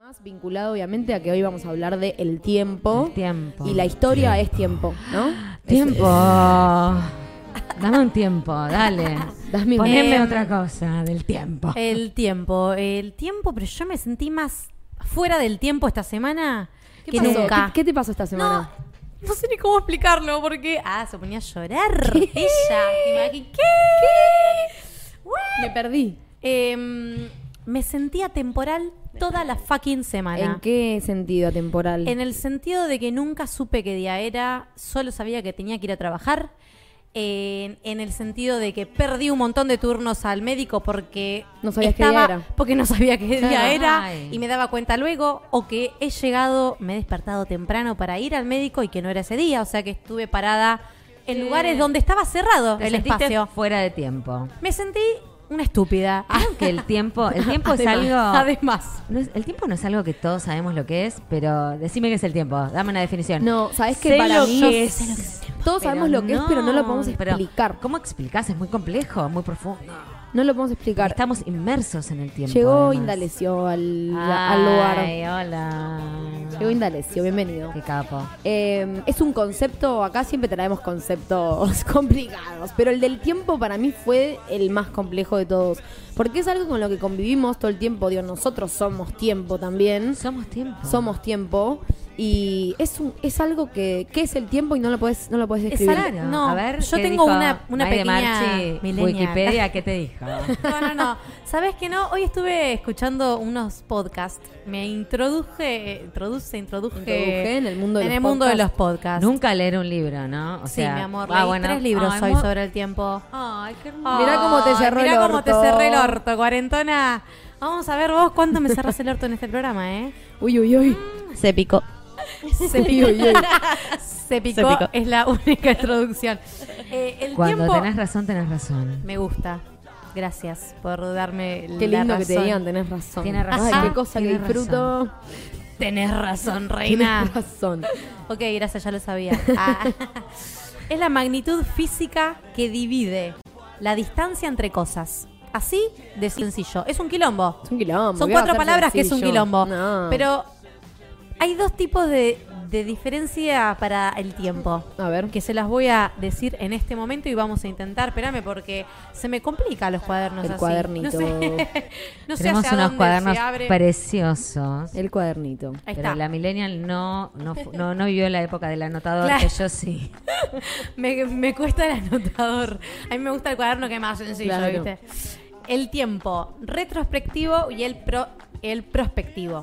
Más vinculado obviamente a que hoy vamos a hablar de el tiempo. El tiempo. Y la historia es tiempo, ¿no? Tiempo. Dame un tiempo, dale. Dame un- Eh, Poneme Em, otra cosa del tiempo. El tiempo, el tiempo, pero yo me sentí más fuera del tiempo esta semana ¿Qué, que pasó? nunca. ¿Qué, qué te pasó esta no, semana? no sé ni cómo explicarlo porque ah, se ponía a llorar ¿Qué? ella. ¿Te imaginas? ¿Qué? What? Me perdí. Em, me sentía temporal toda la fucking semana. ¿En qué sentido temporal? En el sentido de que nunca supe qué día era, solo sabía que tenía que ir a trabajar. En, en el sentido de que perdí un montón de turnos al médico porque No sabías qué día era. porque no sabía qué día Ay. era y me daba cuenta luego o que he llegado, me he despertado temprano para ir al médico y que no era ese día, o sea que estuve parada en lugares donde estaba cerrado Te el sentiste espacio. fuera de tiempo. Me sentí una estúpida. Ah. Que el tiempo, el tiempo es Además- Pues algo. Además. no es- el tiempo no es algo que todos sabemos lo que es, pero decime qué es el tiempo. Dame una definición. No, ¿sabes qué? Sé Para lo mí que es- sé lo que es el tiempo, todos pero sabemos lo que es, pero no lo podemos pero explicar. ¿Cómo explicás? Es muy complejo, muy profundo. No lo podemos explicar. Estamos inmersos en el tiempo. Llegó además. Indalecio al, al Ay, lugar. hola. Llegó Indalecio, bienvenido. Qué capo. Eh, es un concepto, acá siempre traemos conceptos complicados, pero el del tiempo para mí fue el más complejo de todos, porque es algo con lo que convivimos todo el tiempo, digo, nosotros somos tiempo también, Somos tiempo. somos tiempo, y es, un, es algo que, que es el tiempo y no lo puedes no lo podés describir. algo- Claro. No, a ver, yo ¿qué tengo dijo una- una Maide pequeña Marchi, millennial. Wikipedia, ¿qué te dijo? No, no, no. ¿Sabes que no? Hoy estuve escuchando unos podcasts. Me introduje, introduce, introduje. Introduje en el mundo de en los el mundo de podcasts. los podcasts. Nunca leer un libro, ¿no? O sí, sea, mi amor. ah, leí bueno. tres libros Ay, hoy mo- sobre el tiempo. Ay, qué hermoso. Mirá cómo te cerró mirá el cómo te orto. cerré el orto, cuarentona. Vamos a ver vos cuánto me cerrás el orto en este programa, ¿eh? Uy, uy, uy. Mm, Se picó. Se picó. Uy, uy. Se picó. picó. Es la única introducción. Eh, el Cuando tiempo tenés razón, tenés razón. me gusta. Gracias por darme Qué la lindo que te razón. digan, tenés razón. Tiene razón. Ay, qué cosa que Tiene disfruto. Tenés razón, reina. Tienes razón. Ok, gracias, ya lo sabía. Ah. Es la magnitud física que divide la distancia entre cosas. Así de sencillo. Es un quilombo. Es un quilombo. Son ¿qué va a cuatro ser palabras que es un sencillo? quilombo. No. Pero hay dos tipos de, de diferencia para el tiempo. A ver. Que se las voy a decir en este momento y vamos a intentar. Espérame, porque se me complica los cuadernos El así. cuadernito. No sé, no sé Tenemos hacia unos dónde cuadernos se abre. preciosos. El cuadernito. Ahí pero está. la millennial no, no, fu- no, no vivió la época del anotador, Claro. que yo sí. Ah, Me, me cuesta el anotador. A mí me gusta el cuaderno que es más sencillo, Claro. ¿viste? El tiempo retrospectivo y el, pro, el prospectivo.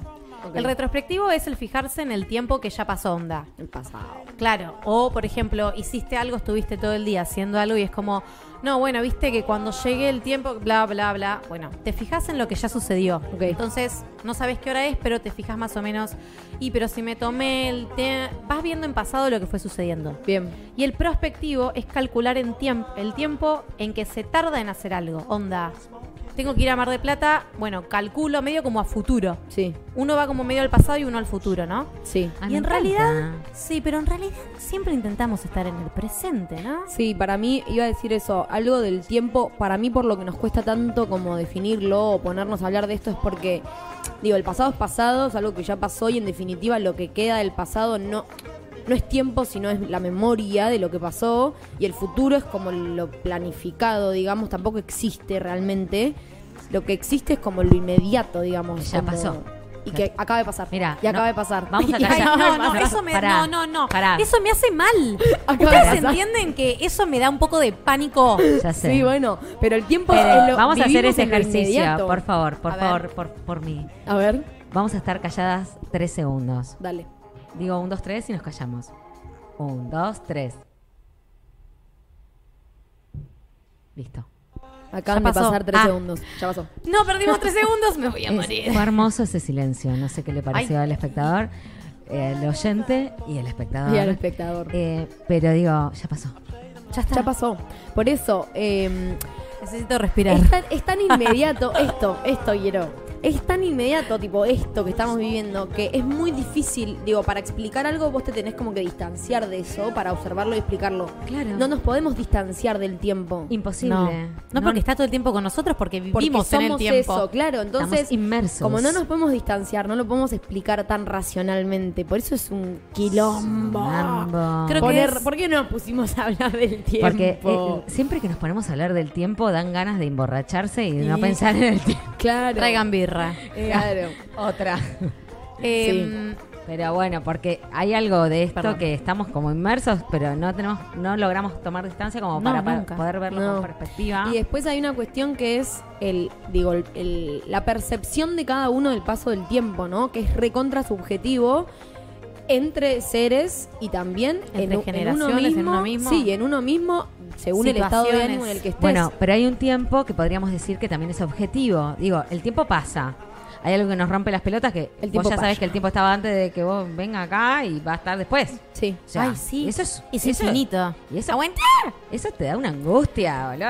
Ok. El retrospectivo es el fijarse en el tiempo que ya pasó, onda. El pasado. Claro, o por ejemplo, hiciste algo, estuviste todo el día haciendo algo y es como, no, bueno, viste que cuando llegue el tiempo, bla, bla, bla. Bueno, te fijas en lo que ya sucedió. Ok. Entonces, no sabes qué hora es, pero te fijas más o menos. Y pero si me tomé el té, vas viendo en pasado lo que fue sucediendo. Bien. Y el prospectivo es calcular en tiemp- el tiempo en que se tarda en hacer algo. Onda, tengo que ir a Mar de Plata, bueno, calculo medio como a futuro. Sí, Uno va como medio al pasado y uno al futuro, ¿no? sí. Ah, y me en encanta. realidad, sí, pero en realidad siempre intentamos estar en el presente, ¿no? Sí, para mí iba a decir eso, algo del tiempo, para mí por lo que nos cuesta tanto como definirlo o ponernos a hablar de esto es porque, digo, el pasado es pasado, es algo que ya pasó y en definitiva lo que queda del pasado no, no es tiempo, sino es la memoria de lo que pasó y el futuro es como lo planificado, digamos, tampoco existe realmente. Lo que existe es como lo inmediato, digamos. Ya como- pasó. Y que acaba de pasar. Mira, y acaba no- de pasar. vamos a Y Ay, callar. acaba no, de no, pasar. eso me, Pará, no, no, no. pará. Eso me hace mal. Acaba de Ustedes pasar. entienden que eso me da un poco de pánico. Ya sé. Sí, bueno, pero el tiempo pues, Pero eh, es lo- Eh, vamos a hacer vivimos ese en lo ejercicio, inmediato. por favor, por A ver. favor, por, por mí. A ver, Vamos a estar calladas tres segundos. dale. Digo un, dos, tres y nos callamos. Un, dos, tres. Listo. Acaban Ya de pasó. pasar tres Ah. segundos. Ya pasó. No, perdimos tres segundos, me voy a morir. Fue hermoso ese silencio. No sé qué le pareció al espectador, eh, al oyente y al espectador. Y al espectador. Eh, pero digo, ya pasó. Ya está. Ya pasó. Por eso, eh, Necesito respirar. es, tan, es tan inmediato esto, esto quiero. es tan inmediato, tipo, esto que estamos viviendo, que es muy difícil, digo, para explicar algo vos te tenés como que distanciar de eso, para observarlo y explicarlo. Claro. No nos podemos distanciar del tiempo. Imposible. No. no, porque está todo el tiempo con nosotros, porque Porque vivimos en el somos tiempo. eso, claro. Entonces, Estamos inmersos. como no nos podemos distanciar, no lo podemos explicar tan racionalmente. Por eso es un quilombo. Mambo. Creo que Poner- es- ¿Por qué no nos pusimos a hablar del tiempo? Porque eh, siempre que nos ponemos a hablar del tiempo dan ganas de emborracharse y de no Y- pensar en el tiempo. claro. Eh, Traigan birra. Claro. Otra. Em, Pero bueno, porque hay algo de esto Perdón. que estamos como inmersos, pero no tenemos, no logramos tomar distancia como No, para pa- nunca. poder verlo No. con perspectiva. Y después hay una cuestión que es el, digo, el- el- la percepción de cada uno del paso del tiempo, ¿no? Que es recontra subjetivo entre seres y también Entre en, u- generaciones, en uno mismo. Sí, en uno mismo, según el estado de Situaciones. ánimo en el que estés. Bueno, pero hay un tiempo que podríamos decir que también es objetivo. Digo, el tiempo pasa. Hay algo que nos rompe las pelotas que El vos tiempo ya sabés pasa. que el tiempo estaba antes de que vos venga acá y va a estar después. sí. O sea, Ay, sí. Eso es, es eso- infinito. y eso- ¡Aguantá! Eso te da una angustia, boludo.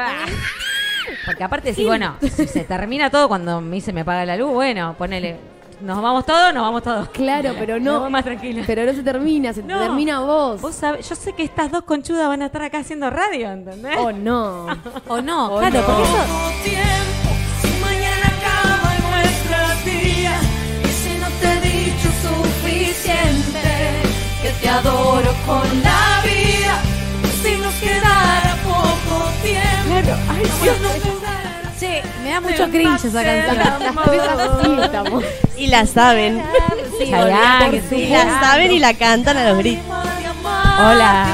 Porque aparte decís, bueno, si se termina todo cuando a mí se me apaga la luz, bueno, ponele, nos vamos todos, nos vamos todos. Claro, pero Me no. voy más tranquila. Pero no se termina, se No. termina vos. Vos sabés, yo sé que estas dos conchudas van a estar acá haciendo radio, ¿entendés? Oh, no. O no, O claro, no. porque eso. tiempo, si mañana acaba nuestro día, y si no te he dicho suficiente, que te adoro con la vida, si nos quedara poco tiempo, Che, me da mucho cringe esa canción. Y la saben. Chayanne, por que Y sí, la saben y la cantan a los gritos. Hola.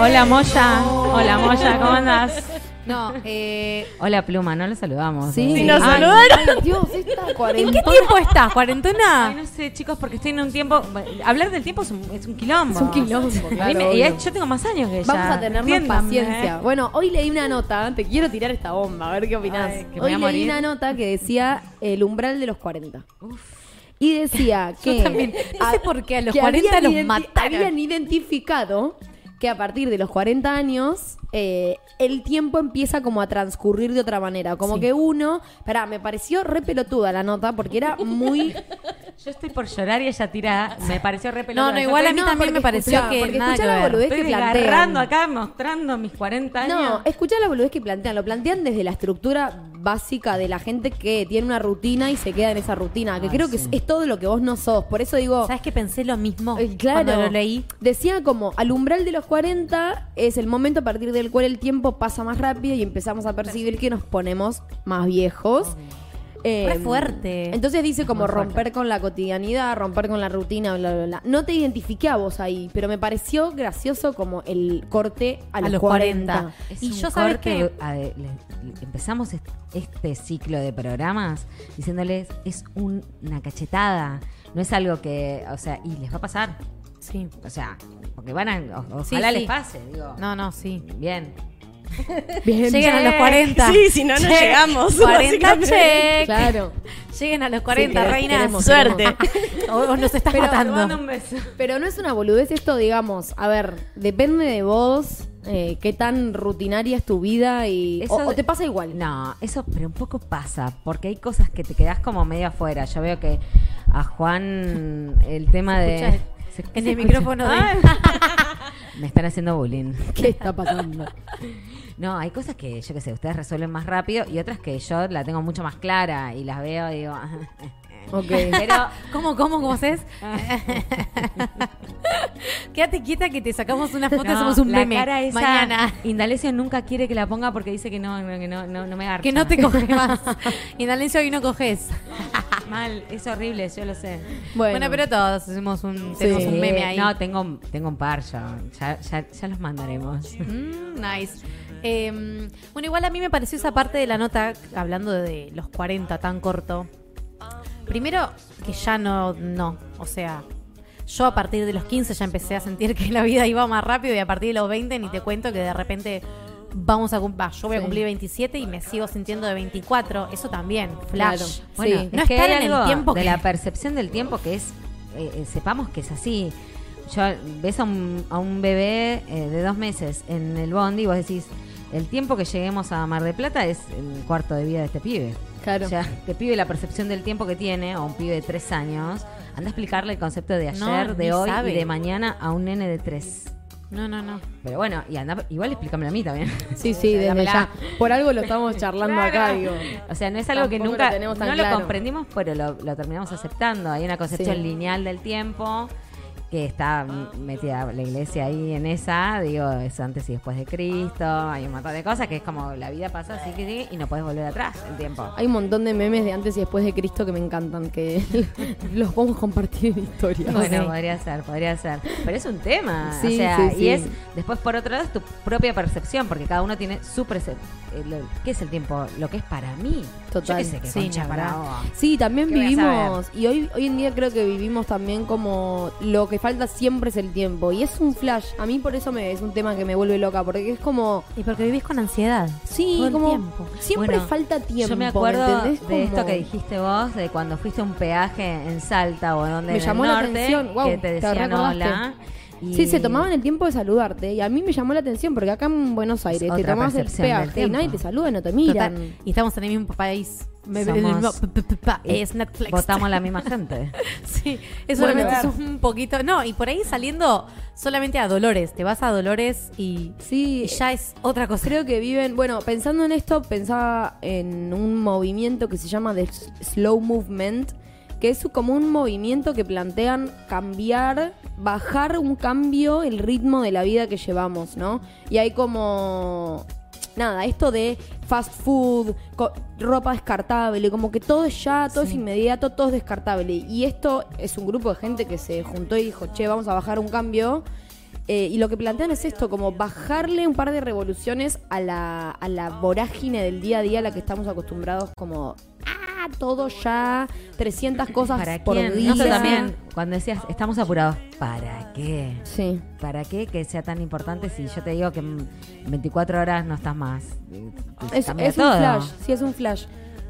Hola, Moya. Hola, Moya, ¿cómo andás? No, eh, Hola, Pluma, no la saludamos. Sí. nos Ay, saludaron. Ay, Dios, esta ¿En cuarentena. qué tiempo estás? Ay, ¿Cuarentena? no sé, chicos, porque estoy en un tiempo. Hablar del tiempo es un, es un quilombo. Es un quilombo, A mí claro, me- y obvio. yo tengo más años que ella. ¿eh? Vamos a tener más entiéndanme. paciencia. Bueno, hoy leí una nota, te quiero tirar esta bomba, a ver qué opinás. Ay, que me voy a hoy leí morir. una nota que decía el umbral de los 40. Y decía que. también. No sé por qué a los Ah, que 40 los identi- mataron. Habían identificado que a partir de los 40 años eh, el tiempo empieza como a transcurrir de otra manera. Como que uno. Pará, me pareció re pelotuda la nota porque era muy. Yo estoy por llorar y ella tira. Me pareció re pelotuda. No, no, Yo igual a estoy- mí no, también porque me pareció escuchá, que porque nada que escuchá la ver. boludez. es Estoy que plantean. agarrando acá, mostrando mis 40 años. No, escuchá la boludez que plantean. Lo plantean desde la estructura básica de la gente que tiene una rutina y se queda en esa rutina. Que Ay, creo que sí. es, es todo lo que vos no sos. Por eso digo. ¿Sabes que pensé lo mismo eh, Claro, Oh, cuando lo leí? decía como al umbral de los 40 es el momento a partir del cual el tiempo pasa más rápido y empezamos a percibir que nos ponemos más viejos. Eh, Re fuerte. Entonces dice como romper con la cotidianidad, romper con la rutina, bla, bla, bla. No te identifiqué a vos ahí, pero me pareció gracioso como el corte a, los 40. Es Y un yo, ¿sabes corte- qué? a ver, le- le- empezamos est- este ciclo de programas diciéndoles es un- una cachetada. No es algo que, o sea, y les va a pasar. Sí. O sea, porque van a, o- Sí, ojalá sí. les pase, digo. No, no, sí. Bien. Lleguen a los 40. Sí, si no, no Check. llegamos, 40 básicamente. check. Claro. Lleguen a los 40, queremos- reinas. queremos. Suerte. O, o nos estás Pero- matando. beso. Pero no es una boludez esto, digamos. A ver, depende de vos eh, qué tan rutinaria es tu vida y. Eso o, o de- te pasa igual. No, eso, pero un poco pasa, porque hay cosas que te quedás como medio afuera. Yo veo que a Juan el tema Se de. escucha se- se En el escucha. micrófono de. Me están haciendo bullying. ¿Qué está pasando? No, hay cosas que, yo qué sé, ustedes resuelven más rápido y otras que yo la tengo mucho más clara y las veo y digo. "Ah, Ok. Pero. ¿Cómo, cómo, cómo haces? Quédate quieta que te sacamos una foto y no, hacemos un la meme. cara esa, Mañana. Indalecio nunca quiere que la ponga porque dice que no, no, que no, no, no me garcha. Que no te coges más. en Alencio hoy no coges. Mal, es horrible, yo lo sé. Bueno. Bueno. pero todos hacemos un, Sí. tenemos un meme ahí. No, tengo, tengo un par ya. Ya, ya, ya los mandaremos. Mm, nice. Eh, bueno, igual a mí me pareció esa parte de la nota, hablando de los 40 tan corto. Primero, que ya no, no. O sea, yo a partir de los 15 ya empecé a sentir que la vida iba más rápido y a partir de los 20 ni te cuento que de repente vamos a cumplir, yo voy a Sí. cumplir 27 y me sigo sintiendo de 24. Eso también, Claro. flash. Bueno, Sí. no No es que estar hay en el algo tiempo de que- la percepción del tiempo que es, eh, eh, sepamos que es así. Yo ves a un, a un bebé eh, de dos meses en el bondi y vos decís, el tiempo que lleguemos a Mar de Plata es el cuarto de vida de este pibe. Claro. O sea, te pibe la percepción del tiempo que tiene, o un pibe de tres años, anda a explicarle el concepto de No, ayer, ni de hoy sabe. y de mañana a un nene de tres. No, no, no. Pero bueno, y anda, igual explícame a mí también. Sí, sí, desde dámela. ya. Por algo lo estamos charlando acá, Claro. digo. O sea, no es algo que Tampoco nunca lo tenemos tan no claro. Ah. lo comprendimos, pero lo, lo terminamos aceptando. Hay una concepción Sí. lineal del tiempo que está mm, metida la iglesia ahí en esa, digo, es antes y después de Cristo, hay un montón de cosas que es como la vida pasa así que sí y no puedes volver atrás el tiempo. Hay un montón de memes de antes y después de Cristo que me encantan, que los podemos compartir en historia. Bueno, podría ser, podría ser. Pero es un tema. o Sí, sea, sí, y sí. es, después por otro lado, es tu propia percepción, porque cada uno tiene su percepción. ¿Qué es el tiempo? Lo que es para mí. Yo Total. qué sé qué Sí, concha ni para hablar. vos. Sí, también ¿Qué voy a vivimos, y hoy, hoy en día creo que vivimos también como lo que falta siempre es el tiempo, y es un flash, a mí por eso me, es un tema que me vuelve loca, porque es como, Y porque vivís con ansiedad. sí, Todo el como tiempo. siempre Bueno, falta tiempo. Yo me acuerdo de ¿entendés? Como- esto que dijiste vos, de cuando fuiste a un peaje en Salta o donde Me en llamó el la norte, atención, guau, que te te decían recordaste. hola. y- Sí, se tomaban el tiempo de saludarte, y a mí me llamó la atención, porque acá en Buenos Aires te otra tomás el percepción del peaje y tiempo. nadie te saluda, no te Total, miran. y estamos en el mismo país. Me- el Somos- mismo- p- p- p- pa- y es Netflix. Votamos la misma gente. Sí, es Bueno, solamente a ver. sos un poquito. No, y por ahí saliendo solamente a Dolores. Te vas a Dolores y, Sí, y ya es otra cosa. Creo que viven, bueno, pensando en esto, pensaba en un movimiento que se llama The Slow Movement, que es como un movimiento que plantean cambiar, bajar un cambio el ritmo de la vida que llevamos, ¿no? Y hay como, nada, esto de fast food, co- ropa descartable, como que todo es ya, todo es inmediato, todo es descartable. Y esto es un grupo de gente que se juntó y dijo, che, vamos a bajar un cambio. Eh, y lo que plantean es esto, como bajarle un par de revoluciones a la, a la vorágine del día a día a la que estamos acostumbrados, como, ah, todo ya, 300 cosas ¿Para por quién? día. No sé, también, cuando decías, estamos apurados, ¿para qué? Sí. ¿Para qué que sea tan importante si yo te digo que en 24 horas no estás más? Te Es, cambia es un todo. flash, sí, es un flash.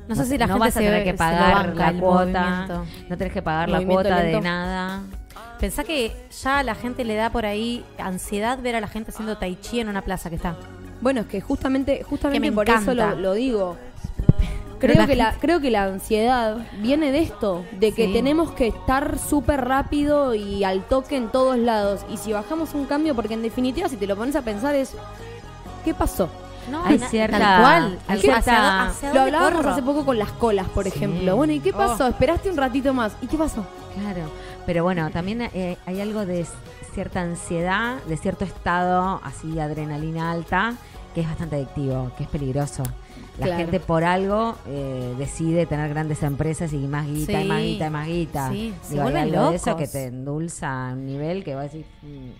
No sé si la no gente vas a se tener ve- que se lo pagar banca la el cuota, movimiento. no tenés que pagar la Movimiento cuota de lento. nada. Pensá que ya a la gente le da por ahí ansiedad ver a la gente haciendo tai chi en una plaza que está. Bueno, es que justamente, justamente Que me por eso encanta. lo, lo digo. Pero Creo la que, la, creo que la ansiedad viene de esto, de que Sí. tenemos que estar súper rápido y al toque en todos lados. Y si bajamos un cambio, porque en definitiva, si te lo pones a pensar, es. ¿Qué pasó? No, Hay na- cierta- Tal cual. hay ¿Qué- cierta- hacia dó- hacia Lo dónde hablábamos corro? hace poco con las colas, por Sí. ejemplo. Bueno, ¿y qué Oh. pasó? Esperaste un ratito más. ¿Y qué pasó? Claro, pero bueno, también eh, hay algo de s- cierta ansiedad, de cierto estado así adrenalina alta, que es bastante adictivo, que es peligroso. La Claro. gente por algo eh, decide tener grandes empresas y más guita, y más Sí. guita, y más guita. Sí, se hay vuelven algo de eso locos. que te endulza a un nivel que va a decir,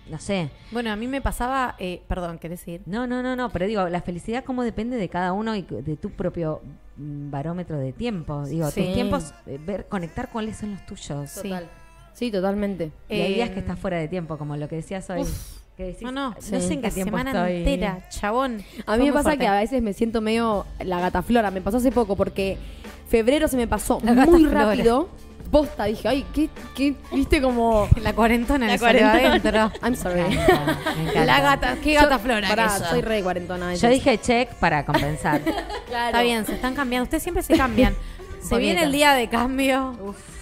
no sé. Bueno, a mí me pasaba. eh, perdón, ¿querés ir? No, no, no, no, pero digo, la felicidad como depende de cada uno y de tu propio mm, barómetro de tiempo. Digo, Sí. tus tiempos, eh, ver, conectar cuáles son los tuyos. Total. Sí, totalmente. Y hay días Eh, que estás fuera de tiempo, como lo que decías hoy. que decís, No, no, no sé en qué la tiempo semana estoy. entera, A chabón. Fue mí muy me pasa fuerte. que a veces me siento medio la gataflora. Me pasó hace poco porque febrero se me pasó La muy gataflora. rápido. Posta, dije, ay, ¿qué, qué? ¿Viste como...? La cuarentona La la soledad cuarentona. adentro. I'm sorry. Me encanta, me encanta. La gata, qué gata flora Pará, que sos. soy re cuarentona. Yo dije check para compensar. Está bien, se están cambiando. Ustedes siempre se cambian. se Bonito. viene el día de cambio.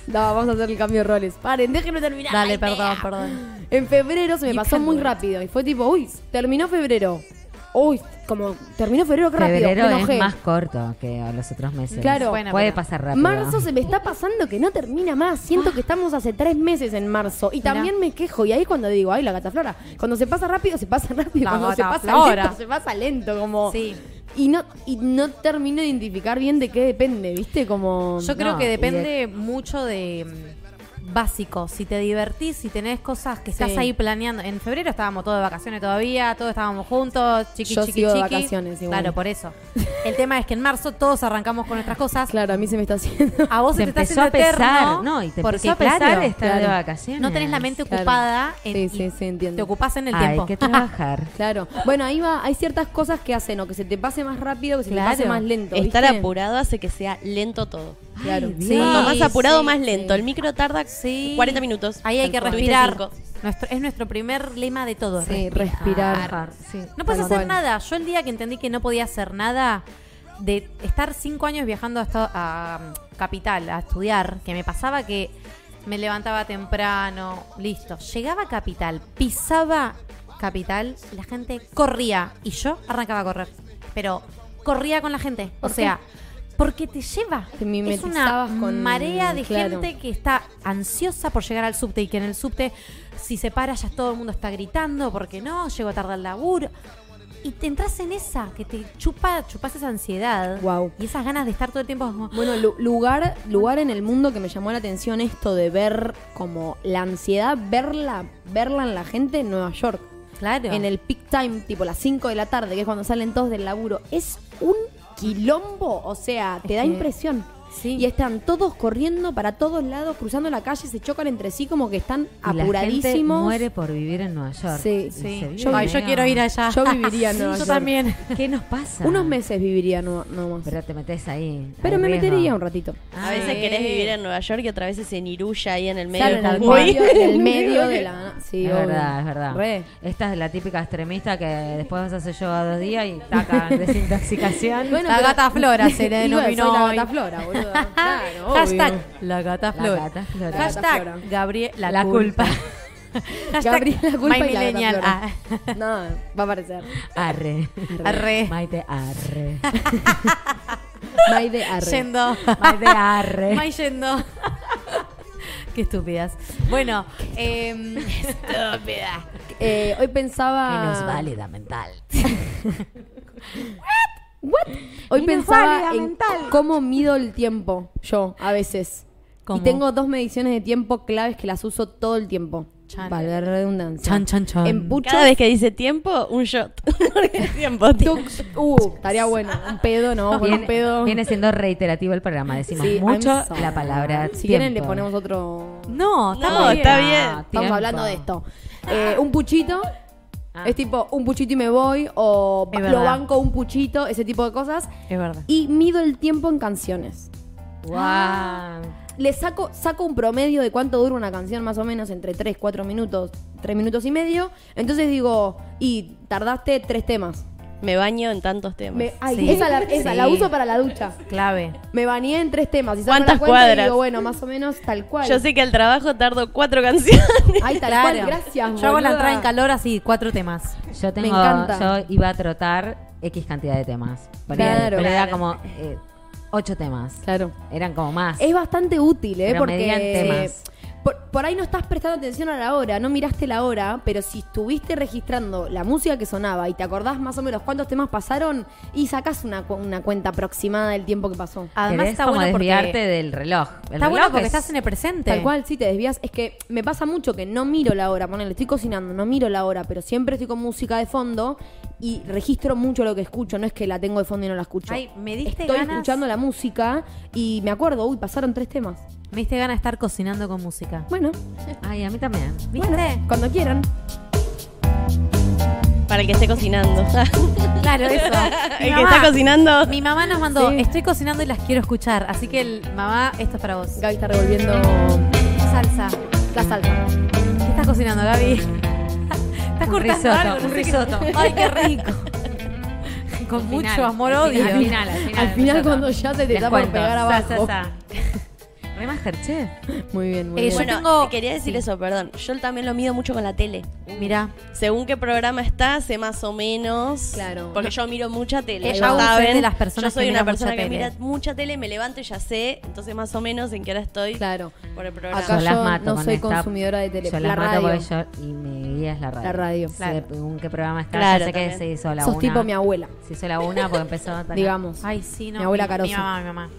No, vamos a hacer el cambio de roles. Paren, déjenme terminar. Dale, Ay, perdón, vea. perdón. En febrero se me You pasó can muy do it. rápido. Y fue tipo, uy, terminó febrero. Uy, como, terminó febrero, qué rápido. Febrero me es enojé. más corto que los otros meses. Claro. Bueno, Puede pero- pasar rápido. Marzo se me está pasando que no termina más. Siento que estamos hace tres meses en marzo. Y también me quejo. Y ahí es cuando digo, ay, la gataflora. Cuando se pasa rápido, se pasa rápido. La cuando se pasa gataflora. lento, se pasa lento. Como... Sí. Y no, y no termino de identificar bien de qué depende, ¿viste? Como... Yo creo No, que y de- depende mucho de mm, básico. Si te divertís, si tenés cosas que estás Sí. ahí planeando. En febrero estábamos todos de vacaciones todavía, todos estábamos juntos, chiqui, Yo chiqui, sigo de chiqui. vacaciones igual. Claro, por eso. El tema es que en marzo todos arrancamos con nuestras cosas. Claro, a mí se me está haciendo... A vos se Te te está empezó a haciendo pesar. eterno, no, y te porque, empezó a pesar claro, estar de claro. vacaciones. No tenés la mente Claro. ocupada en, Sí, sí, sí, entiendo. Te ocupás en el Ay, tiempo. que trabajar. Claro. Bueno, ahí va, hay ciertas cosas que hacen o que se te pase más rápido que se Claro. te pase más lento. ¿viste? Estar apurado hace que sea lento todo. Claro. Ay, Sí, Dios. Cuanto más apurado, sí, más lento. El micro tarda Sí. 40 minutos. Ahí hay que Tuviste respirar. cinco. Nuestro, es nuestro primer lema de todo. Sí, respirar. respirar. Sí. No puedes Tal hacer cual. nada. Yo el día que entendí que no podía hacer nada, de estar cinco años viajando hasta a um, Capital a estudiar, que me pasaba que me levantaba temprano, listo. Llegaba a Capital, pisaba Capital, y la gente corría y yo arrancaba a correr. Pero corría con la gente. O ¿Por qué? sea, porque te lleva. Te es una mimetizabas con- marea de claro. gente que está ansiosa por llegar al subte y que en el subte, si se para, ya todo el mundo está gritando, porque no, llego tarde al laburo. Y te entras en esa, que te chupa, chupas esa ansiedad. Guau. Y esas ganas de estar todo el tiempo como, Bueno, lu- lugar, lugar en el mundo que me llamó la atención esto de ver como la ansiedad, verla, verla en la gente en Nueva York. claro. En el peak time, tipo las 5 de la tarde, que es cuando salen todos del laburo. Es un quilombo, o sea, te Es da que- impresión. Sí. Y están todos corriendo para todos lados, cruzando la calle, se chocan entre sí como que están Y la gente apuradísimos. muere por vivir en Nueva York. Sí. Y se Sí. vive Yo- Ay, medio- yo quiero ir allá. Yo viviría en Sí, Nueva Yo York. también. ¿Qué nos pasa? Unos meses viviría no, no más. Pero, Pero te metes ahí. al me riesgo. metería un ratito. Ah. A veces querés vivir en Nueva York y otra vez en Iruya ahí en el medio Claro, en del el Congo. medio, en el medio de la... Sí, Es obvio. verdad, es verdad. Re. Esta es la típica extremista que después vas a hacer yoga dos días y taca desintoxicación. Bueno, la pero- gata flora se Y le bueno, soy denominó. la hoy. gata flora, boludo. Claro, obvio. Hashtag la gata flora. La gata flora. La gata Hashtag flora. Gabriel la, La culpa. culpa. Hashtag Gabriel la culpa my y la gata millennial. flora. Ah. No, va a aparecer. Arre. Eh. Arre. Maite, arre. Maide Arre. Yendo. Maite, arre. May yendo. Qué estúpidas. Bueno, em, estúpida. Eh, hoy pensaba... Menos válida mental. What? Hoy Menos pensaba válida en mental. cómo mido el tiempo yo, a veces. ¿Cómo? Y tengo dos mediciones de tiempo claves que las uso todo el tiempo. Chan. Para la redundancia. Chan, chan, chan. En pucho... Cada vez que dice tiempo, un shot. tiempo, tiempo. Uh, estaría bueno. Un pedo, ¿no? Con un Viene, pedo... viene siendo reiterativo el programa. Decimos Sí, I'm mucho sorry. la palabra. Si quieren le tiempo. ponemos otro... No, está No, muy bien. está bien. Ah, Estamos tiempo. hablando de esto. Eh, un puchito. Ah. Es tipo un puchito y me voy. O Es lo verdad. banco un puchito. Ese tipo de cosas. Es verdad. Y mido el tiempo en canciones. Ah. Guau. Le saco, saco un promedio de cuánto dura una canción, más o menos, entre 3, 4 minutos, 3 minutos y medio. Entonces digo, y tardaste tres temas. Me baño en tantos temas. Me- ay, Sí. esa, la, esa Sí. la uso para la ducha. Clave. Me bañé en tres temas. Y saco la ¿Cuántas cuenta y cuadras? digo, bueno, más o menos tal cual. Yo sé que al trabajo tardo cuatro canciones. Ay, tal cual, Claro. gracias. Yo hago la boluda. entrada en calor así, cuatro temas. Yo tengo, encanta. yo iba a trotar X cantidad de temas. Ponele, Claro. pero era Claro. como eh, ocho temas. Claro. Eran como más. Es bastante útil, ¿eh? Pero medían Porque temas. por, por ahí no estás prestando atención a la hora, no miraste la hora, pero si estuviste registrando la música que sonaba y te acordás más o menos cuántos temas pasaron y sacás una, cu- una cuenta aproximada del tiempo que pasó. Además Querés está como bueno desviarte porque del reloj. El está bueno reloj porque es- estás en el presente. Tal cual, si te desvías. Es que me pasa mucho que no miro la hora. Ponele, estoy cocinando, no miro la hora, pero siempre estoy con música de fondo y registro mucho lo que escucho. No es que la tengo de fondo y no la escucho. Ay, me diste estoy ganas. escuchando la música y me acuerdo, uy, pasaron tres temas. Me diste ganas de estar cocinando con música. Bueno, Ay, a mí también. ¿Viste? bueno, cuando quieran. Para el que esté cocinando. Claro, eso. Mi el que mamá- está cocinando. Mi mamá nos mandó, Sí. estoy cocinando y las quiero escuchar. Así que, el- mamá, esto es para vos. Gaby está revolviendo Salsa. la salsa. ¿Qué estás cocinando, Gaby? Estás cortando risotto, algo, no un sé qué- risotto. Ay, qué rico. Con mucho Final, amor al odio. final, Al final, al final. Al final, nosotros. cuando ya se te Les está por cuento. pegar Sa, abajo. sa, sa. Re Masterchef. Muy bien, muy Eh, bien. yo bueno, tengo- quería decir sí. eso, perdón. Yo también lo mido mucho con la tele. Mira, Según qué programa está, sé más o menos. Claro. Porque yo miro mucha tele. Eh, ya aún soy saben. de las personas yo soy que una miran persona mucha que tele. mira mucha tele, me levanto y ya sé. Entonces, más o menos, en qué hora estoy Claro. por el programa. Acá Yo las yo mato no con soy esta- consumidora de tele. Yo la las mato radio. porque yo. Y mi guía es la radio. La radio. Sé Claro. en qué programa está. Claro, yo sé que también. se hizo la Sos una. tipo mi abuela, Se hizo la una porque empezó a tardar. digamos. ay, sí, no. Mi abuela Mi Caroso. mamá, mi mamá.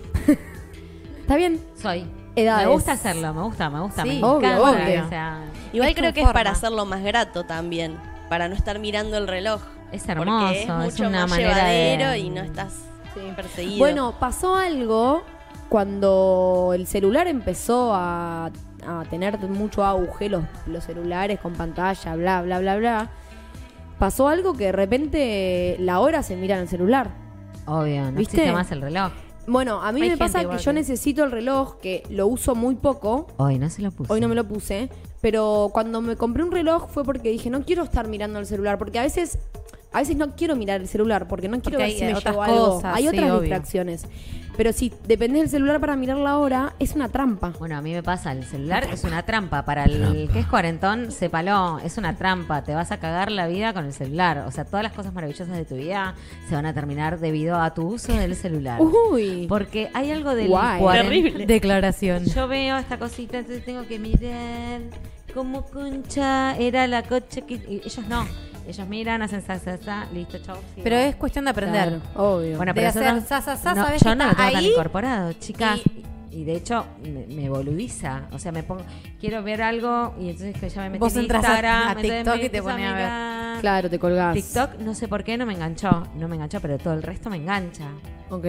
Está bien. Soy. Edades. Me gusta hacerlo, me gusta, me gusta. Sí, me obvio, encanta, obvio. o sea, Igual Es tu creo que es forma. para hacerlo más grato también. Para no estar mirando el reloj. es Porque es hermoso, es, mucho una más manera llevadero de... y no estás perseguido. Bueno, pasó algo cuando el celular empezó a, a tener mucho auge, los, los celulares con pantalla, bla, bla, bla, bla. Pasó algo que de repente la hora se mira en el celular. Obvio, no ¿Viste? existe más el reloj. Bueno, a mí me Hay gente pasa que igual yo que- necesito el reloj, que lo uso muy poco. Hoy no se lo puse. Hoy no me lo puse, pero cuando me compré un reloj fue porque dije, no quiero estar mirando el celular, porque a veces a veces no quiero mirar el celular porque no quiero Porque ver hay, si eh, me otras llegó algo. cosas, hay sí, otras obvio. distracciones. Pero si dependés del celular para mirar la hora, es una trampa. Bueno, a mí me pasa, el celular es una trampa. Para el que es cuarentón, sépalo, es una trampa. Te vas a cagar la vida con el celular. O sea, todas las cosas maravillosas de tu vida se van a terminar debido a tu uso del celular. Uy. Porque hay algo del Guay. cuaren- Terrible. Declaración. Yo veo esta cosita, entonces tengo que mirar cómo concha era la cocha que... y ellos no. Ellos miran, hacen sa, sa, sa, listo, chau. sigo. Pero es cuestión de aprender. Claro, obvio. Bueno, De pero hacer nosotros- sa, sa, sa, no, ¿sabes yo qué no lo está tengo tan ahí? incorporado, chicas. Y, de hecho, me, me boludiza. O sea, me pongo, quiero ver algo y entonces que ya me metí Vos en entras a- Instagram. a entonces TikTok me y te empiezo pone a ver. mirar. claro, te colgás. TikTok, no sé por qué, no me enganchó. No me enganchó, pero todo el resto me engancha. Ok.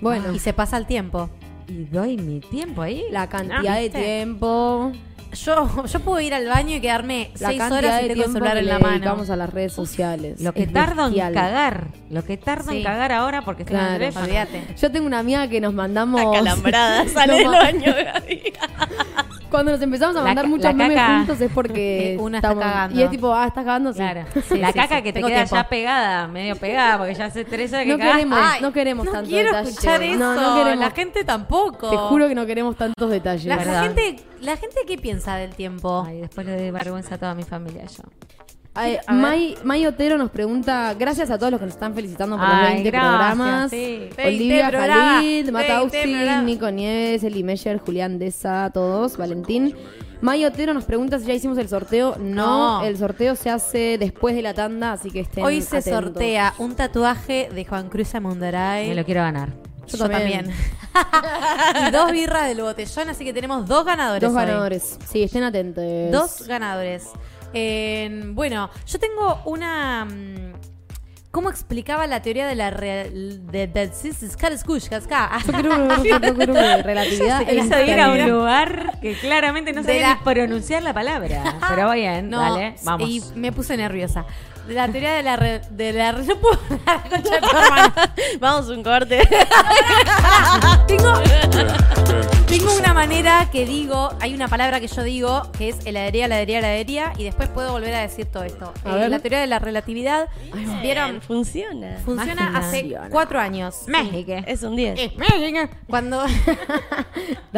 Bueno, Y se pasa el tiempo. Y doy mi tiempo ahí. la cantidad Ah, de ¿viste? tiempo, Yo, yo puedo ir al baño y quedarme la seis cantidad horas y de tengo el tiempo celular que en le la mano. dedicamos a las redes sociales. Lo que Es tardo bestial. en cagar. Lo que tardo Sí. en cagar ahora porque está en el Claro. teléfono. Olvídate. Yo tengo una amiga que nos mandamos. Acalambrada, sale No, del ma- baño, Gaby. Cuando nos empezamos a La mandar ca- muchos la memes caca. juntos es porque. Una está cagando. Y es tipo, ah, estás cagando, sí. Claro. Sí, la sí, caca sí. que te Tengo queda tiempo. ya pegada, medio pegada, porque ya hace tres horas que No cagás. queremos, Ay, no queremos no tanto quiero detalle. escuchar eso. No, no queremos. La gente tampoco. Te juro que no queremos tantos detalles. La, Verdad. gente, la gente qué piensa del tiempo. Ay, después le doy vergüenza a toda mi familia yo. Ay, ver. May, May Otero nos pregunta, gracias a todos los que nos están felicitando por los Ay, 20 gracias, programas. sí. 20 Olivia programas, Khalid, 20 Mata Austin, programas. Nico Nieves, Eli Meyer, Julián Deza, todos, Valentín. May Otero nos pregunta si ya hicimos el sorteo. No, No. el sorteo se hace después de la tanda, así que estén Hoy se atentos. sortea un tatuaje de Juan Cruz Amundaray. Me lo quiero ganar. Yo Yo, también. también. y dos birras del botellón, así que tenemos dos ganadores. Dos hoy. ganadores. Sí, estén atentos. Dos ganadores. Eh, bueno, yo tengo una. mm, ¿Cómo explicaba la teoría de la. re- de de- sí, sí, ska, escush, ska, ska? Ah, Yo quiero ver, yo quiero ver, relatividad. e Eso ir a un instabilidad. lugar que claramente no De sabía la- ni pronunciar la palabra. Pero bien, No, dale, vamos. Y me puse nerviosa. La teoría de la. re- de la re- no puedo hablar, concha de tu hermana. Vamos, un corte. Tengo, tengo una manera que digo, hay una palabra que yo digo que es heladería, heladería, heladería, y después puedo volver a decir todo esto. A Eh, ver. La teoría de la relatividad, vieron, Funciona. funciona Máquina. hace Funciona. cuatro años. México. Es un 10. Cuando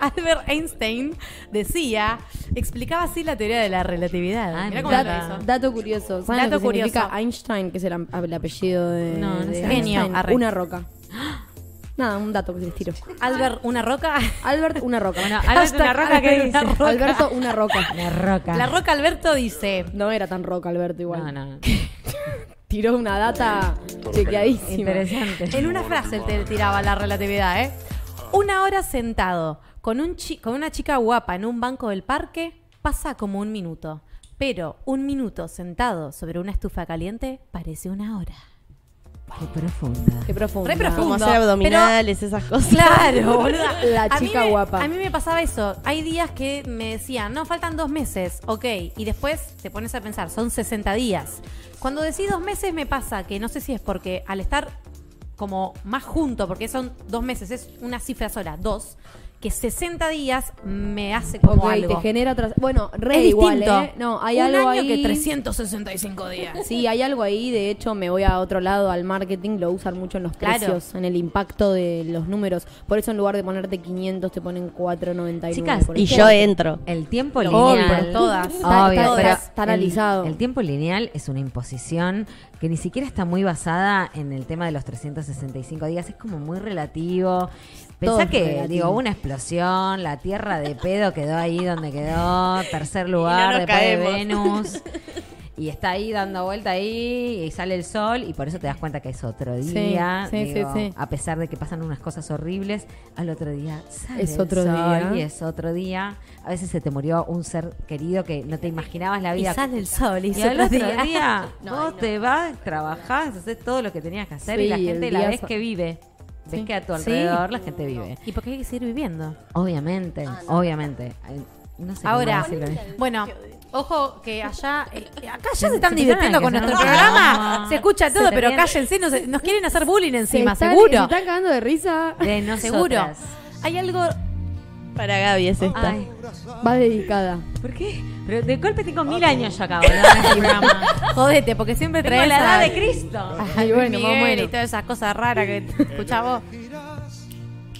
Albert Einstein decía, explicaba así la teoría de la relatividad. Ay, Mirá Ah, me cómo lo encanta. Dat- hizo. dato curioso. ¿Saben Dato lo que significa curioso. Einstein, que es el, am- el apellido de, No, no de sé. Genio, Einstein? arre. Una roca. Nada, un dato que les tiro. Albert, una roca. Albert, una roca. Bueno, Albert, una roca que Albert, una dice. roca. Alberto, una roca. Una roca. La roca Alberto dice, No era tan roca Alberto igual. No, no. Tiró una data chequeadísima. Interesante. En una frase te tiraba la relatividad, ¿eh? Una hora sentado con, un chi- con una chica guapa en un banco del parque pasa como un minuto. Pero un minuto sentado sobre una estufa caliente parece una hora. Qué profunda. Qué profundo. Re profundo. Como hacer abdominales, esas cosas. Claro, boluda. La A mí chica me- guapa. A mí me pasaba eso. Hay días que me decían, no, faltan dos meses, ok. Y después te pones a pensar, son 60 días. Cuando decís dos meses me pasa que no sé si es porque al estar como más junto, porque son dos meses, es una cifra sola, dos, que 60 días me hace como Ok, algo. te genera tras- Bueno, re es igual, distinto. ¿eh? No, hay Un algo año ahí. que 365 días. Sí, hay algo ahí. De hecho, me voy a otro lado, al marketing. Lo usan mucho en los Claro. precios, en el impacto de los números. Por eso, en lugar de ponerte 500, te ponen 4.99. Chicas, por Y ejemplo. yo entro. El tiempo Obvio, lineal. todas. Está- Obvio, está- pero está- está el- analizado. El, tiempo lineal es una imposición que ni siquiera está muy basada en el tema de los 365 días. Es como muy relativo. Todo es Pensá que, relativo. digo, una explosión, la tierra de pedo quedó ahí donde quedó, tercer Y no lugar nos después caemos. de Venus. Y está ahí dando vuelta ahí y sale el sol y por eso te das cuenta que es otro Sí, día. sí, sí, Digo, sí. A pesar de que pasan unas cosas horribles, al otro día sale Es el otro sol día. y es otro día. A veces se te murió un ser querido que no te imaginabas la Y vida. sale el sol y, Y se al otro día, vos te vas, trabajás, haces todo lo que tenías que hacer y Sí, la el gente la día ves so- que vive. Ves que a tu Sí. alrededor la gente vive. ¿Y por qué hay que seguir viviendo? Obviamente, obviamente. Ay, No sé cómo Ahora, decirlo. bueno, ojo que allá, eh, acá ya se Se están empezaron divirtiendo a con que nuestro se nos programa. llama. Se escucha Se todo, pero ríen. cállense, nos, nos quieren hacer bullying Se encima, están- seguro. Se están cagando de risa. de Seguro. nosotras. Hay algo Para Gaby es esta. Ay, Va dedicada. ¿por qué? Pero de golpe tengo mil años yo acá, boludo, en el programa. Jodete, porque siempre Tengo traes la edad a de Cristo. Ay, bueno, Miguel me y muero. todas esas cosas raras que escuchamos.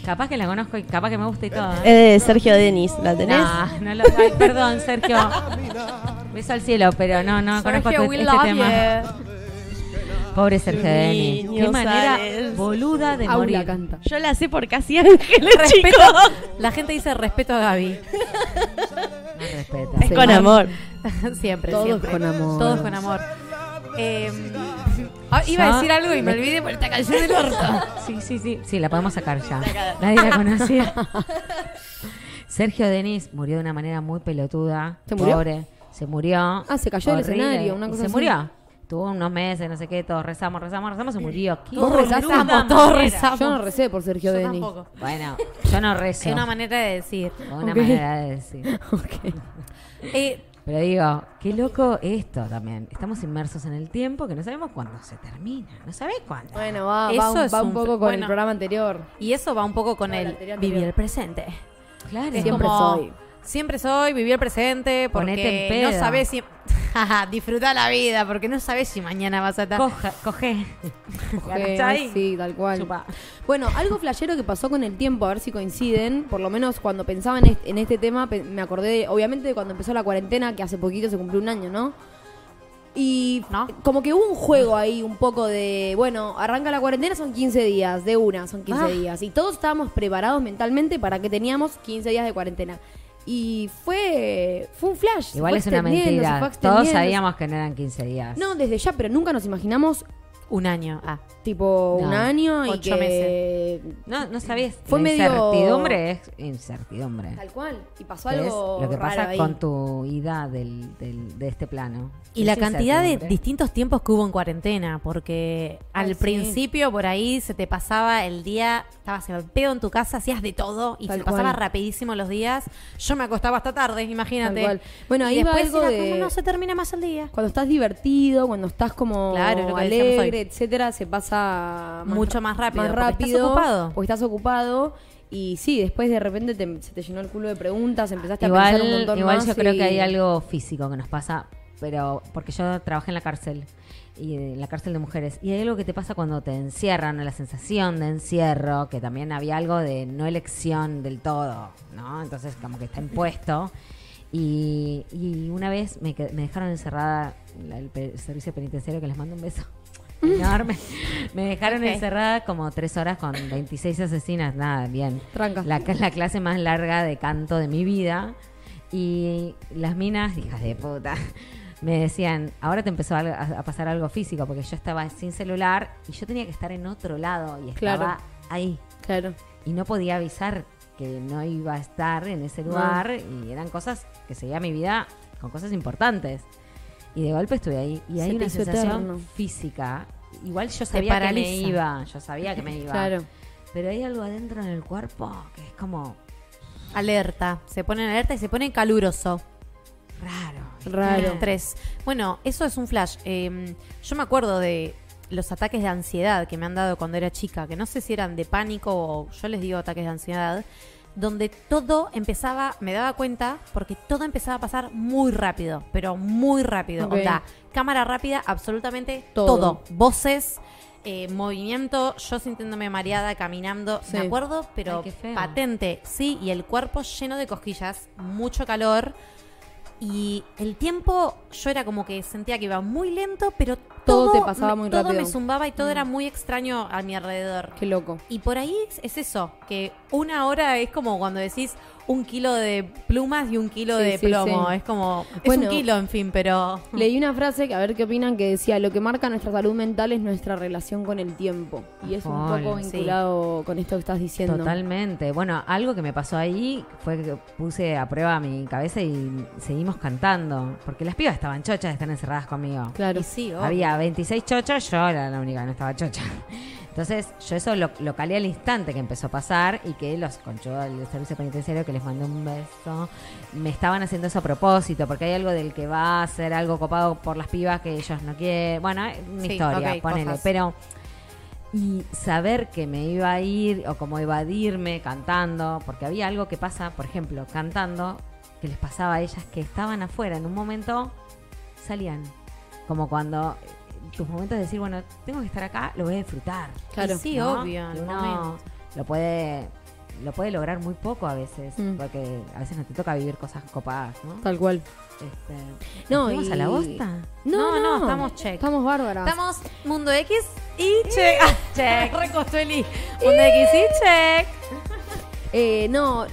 Capaz que la conozco y capaz que me gusta y todo. ¿eh? Es de Sergio Denis, ¿la tenés? No, no lo ay, Perdón, Sergio. Beso al cielo, pero no, no conozco Sergio, este, we este love tema. you. Pobre Sergio Denis. Qué Niño, manera sales. boluda de Aula morir. canta. Yo la sé por casi ángeles, Respeto. chicos. La gente dice respeto a Gaby. No respeta. Es con amor. siempre, Todos siempre. con amor. Todos con amor. Eh, ah, iba a Yo decir algo y me me- olvidé por esta canción del orto. Sí, sí, sí. Sí, la podemos sacar ya. Nadie la conocía. Sergio Denis murió de una manera muy pelotuda. ¿Se murió? Pobre. Se murió. Ah, se cayó del escenario, una Y cosa Se así. murió. Tuvo unos meses, no sé qué, todos rezamos, rezamos, rezamos, se murió. Qué Todos boluda rezamos, todos manera. rezamos. Yo no recé por Sergio Yo Denis. tampoco. Bueno, yo no rezo. Es una manera de decir. Una Ok. manera de decir. Ok. Eh, Pero digo, qué loco esto también. Estamos inmersos en el tiempo que no sabemos cuándo se termina. No sabés cuándo. Bueno, va, Eso va, un, es va un un- poco con bueno. el programa anterior. y eso va un poco con No, la el anterior, vivir anterior. el presente. claro. Es Siempre como, soy. Siempre soy, vivir el presente, porque Ponete en pedo. no sabes si... Disfruta la vida, porque no sabes si mañana vas a estar... Coja, coge. Ok, ¿Cachai? sí, tal cual. Chupa. Bueno, algo flashero que pasó con el tiempo, a ver si coinciden. Por lo menos cuando pensaba en este, en este tema, pe- me acordé, de- obviamente, de cuando empezó la cuarentena, que hace poquito se cumplió un año, ¿no? Y ¿No? como que hubo un juego ahí, un poco de, bueno, arranca la cuarentena, son 15 días, de una, son 15 Ah. días. Y todos estábamos preparados mentalmente para que teníamos 15 días de cuarentena. Y fue, fue un flash. se Igual fue es una extendiendo, se fue mentira. Todos extendiendo. sabíamos que no eran 15 días. No, desde ya, pero nunca nos imaginamos Un año. Ah. tipo un No. año y Ocho que... No, no sabías. Fue la medio- incertidumbre es incertidumbre. Tal cual. Y pasó Que es algo lo que raro pasa ahí. con tu ida del, del- de este plano. Y Es la cantidad de incertidumbre. distintos tiempos que hubo en cuarentena, porque al Ay, sí. principio por ahí se te pasaba el día, estabas en el pedo en tu casa, hacías de todo y Tal se te pasaba cual. rapidísimo los días. Yo me acostaba hasta tarde, imagínate. Tal cual. Bueno, Y ahí va después algo era de- como, no se termina más el día. Cuando estás divertido, cuando estás como Claro, es lo que decíamos alegre, hoy. etcétera, se pasa Mucho más rápido, Más porque estás rápido. ocupado. porque estás ocupado. Y sí, después de repente te- se te llenó el culo de preguntas, empezaste a pensar un Igual, montón igual más yo creo y- que hay algo físico que nos pasa, pero porque yo trabajé en la cárcel y en la cárcel de mujeres y hay algo que te pasa cuando te encierran, la sensación de encierro, que también había algo de no elección del todo, ¿no? Entonces como que está impuesto. Y, y una vez me, que- me dejaron encerrada la- el, pe- el servicio penitenciario que les mando un beso enorme. Me dejaron encerrada como tres horas con 26 asesinas, nada, bien. Tranca. La, ca- la clase más larga de canto de mi vida. Y las minas, hijas de puta, me decían, ahora te empezó algo- a, a pasar algo físico, porque yo estaba sin celular y yo tenía que estar en otro lado y estaba Claro. ahí. Claro. Y no podía avisar que no iba a estar en ese lugar y eran cosas que seguía mi vida con cosas importantes. Y de golpe estuve ahí y Se hay te una hizo sensación eterno. física. Igual yo sabía que me paraliza. iba, yo sabía que me iba. Claro. Pero hay algo adentro en el cuerpo que es como Alerta, se ponen alerta y se ponen caluroso. raro. Raro. Tres. Bueno, eso es un flash. Eh, yo me acuerdo de los ataques de ansiedad que me han dado cuando era chica, que no sé si eran de pánico o yo les digo ataques de ansiedad, donde todo empezaba, me daba cuenta, porque todo empezaba a pasar muy rápido, pero muy rápido. Ok. Onda, cámara rápida, absolutamente Todo. todo. Voces, eh, movimiento, yo sintiéndome mareada, caminando, Sí. me acuerdo, pero Ay, qué feo. patente, sí, y el cuerpo lleno de cosquillas, mucho calor. Y el tiempo, yo era como que sentía que iba muy lento, pero Todo todo, te pasaba me- muy todo rápido. Mm. me zumbaba y todo era muy extraño a mi alrededor. Qué loco. Y por ahí es- es eso, que una hora es como cuando decís un kilo de plumas y un kilo Sí, de sí, plomo. sí. Es como, es Bueno. Mm, un kilo, en fin, pero... Leí una frase que a ver qué opinan que decía, lo que marca nuestra salud mental es nuestra relación con el tiempo. Y es un Full, poco sí. vinculado con esto que estás diciendo. Totalmente. Bueno, algo que me pasó ahí fue que puse a prueba mi cabeza y seguimos cantando. Porque las pibas estaban chochas de estar encerradas conmigo. Claro. Y sí, obvio. Había 26 chochas, yo era la única que no estaba chocha. Entonces, yo eso lo, lo calé al instante que empezó a pasar y que los conchudos del servicio penitenciario que les mandé un beso me estaban haciendo eso a propósito, porque hay algo del que va a ser algo copado por las pibas que ellos no quieren. Bueno, eh, una Sí, historia, ok, ponele. cosas. Pero. ni saber que me iba a ir o cómo evadirme cantando, porque había algo que pasa, por ejemplo, cantando, que les pasaba a ellas que estaban afuera, en un momento salían, como cuando eh, tus momentos de decir, bueno, tengo que estar acá, lo voy a disfrutar. Claro. Y sí, ¿no? obvio. Y el uno momento. lo puede, lo puede lograr muy poco a veces, Mm. porque a veces no te toca vivir cosas copadas, ¿no? Tal cual. Este, No, ¿nos fuimos y- a la bosta? No, no, estamos check. Estamos bárbaras. Estamos Mundo X y check. Ah, check. Recostó el i. Mundo X y check. Eh, no,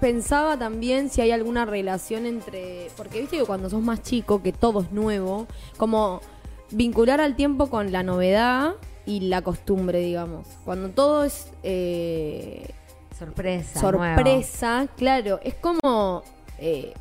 pensaba también si hay alguna relación entre. Porque viste que cuando sos más chico, que todo es nuevo, como vincular al tiempo con la novedad y la costumbre, digamos. Cuando todo es eh, Sorpresa. nuevo. sorpresa, claro, es como. eh,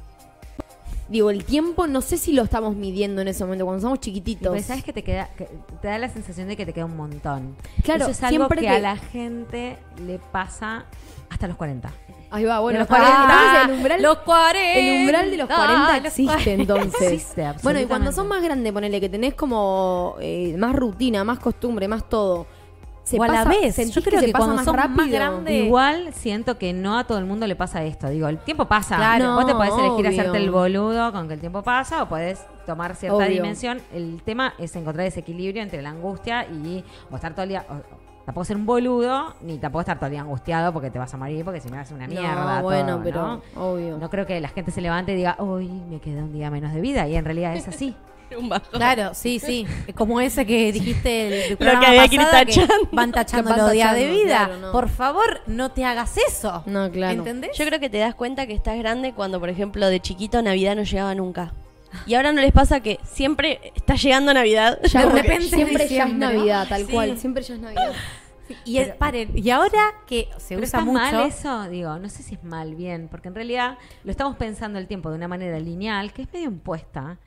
digo, el tiempo no sé si lo estamos midiendo en ese momento, cuando somos Y chiquititos. pues sabes que te queda, que te da la sensación de que te queda un montón. Claro, Eso es algo siempre que te- a la gente le pasa hasta los 40. Ahí va, bueno, Los los 40. 40, Ah, Entonces, el umbral, Los 40. El umbral de Eh, ah, los 40 existe entonces. Existe, bueno, y cuando son absolutamente. más grandes, ponele que tenés como eh, más rutina, más costumbre, más todo. Se O a la pasa- vez. sentís Yo creo se que pasa cuando más sos más rápido. grande- Sí. Igual siento que no a todo el mundo le pasa esto. Digo, el tiempo pasa. Claro, Vos te podés elegir obvio. hacerte el boludo con que el tiempo pasa o podés tomar cierta Obvio. dimensión. El tema es encontrar ese equilibrio entre la angustia y o estar todo el día... o- Tampoco ser un boludo, ni tampoco estar todo el día angustiado porque te vas a morir, porque si no es una No, mierda. todo, bueno, pero ¿no? obvio. No creo que la gente se levante y diga, hoy me queda un día menos de vida. Y en realidad es así. Un bajo. Claro, sí, sí. Como ese que dijiste el, del que programa había que ir pasado, tachando. van tachando Que van los días de tachando, vida. claro, no. Por favor, no te hagas eso. No, claro. ¿Entendés? Yo creo que te das cuenta que estás grande cuando, por ejemplo, de chiquito Navidad no llegaba nunca. Y ahora no les pasa que siempre está llegando Navidad. Ya, De porque repente siempre es ya es diciembre, ¿no? Navidad, tal Sí. cual. Siempre ya es Navidad. Y eh, paren, y ahora que se Pero usa está mucho. mal eso, digo, no sé si es mal, bien, porque en realidad lo estamos pensando el tiempo de una manera lineal, que es medio impuesta,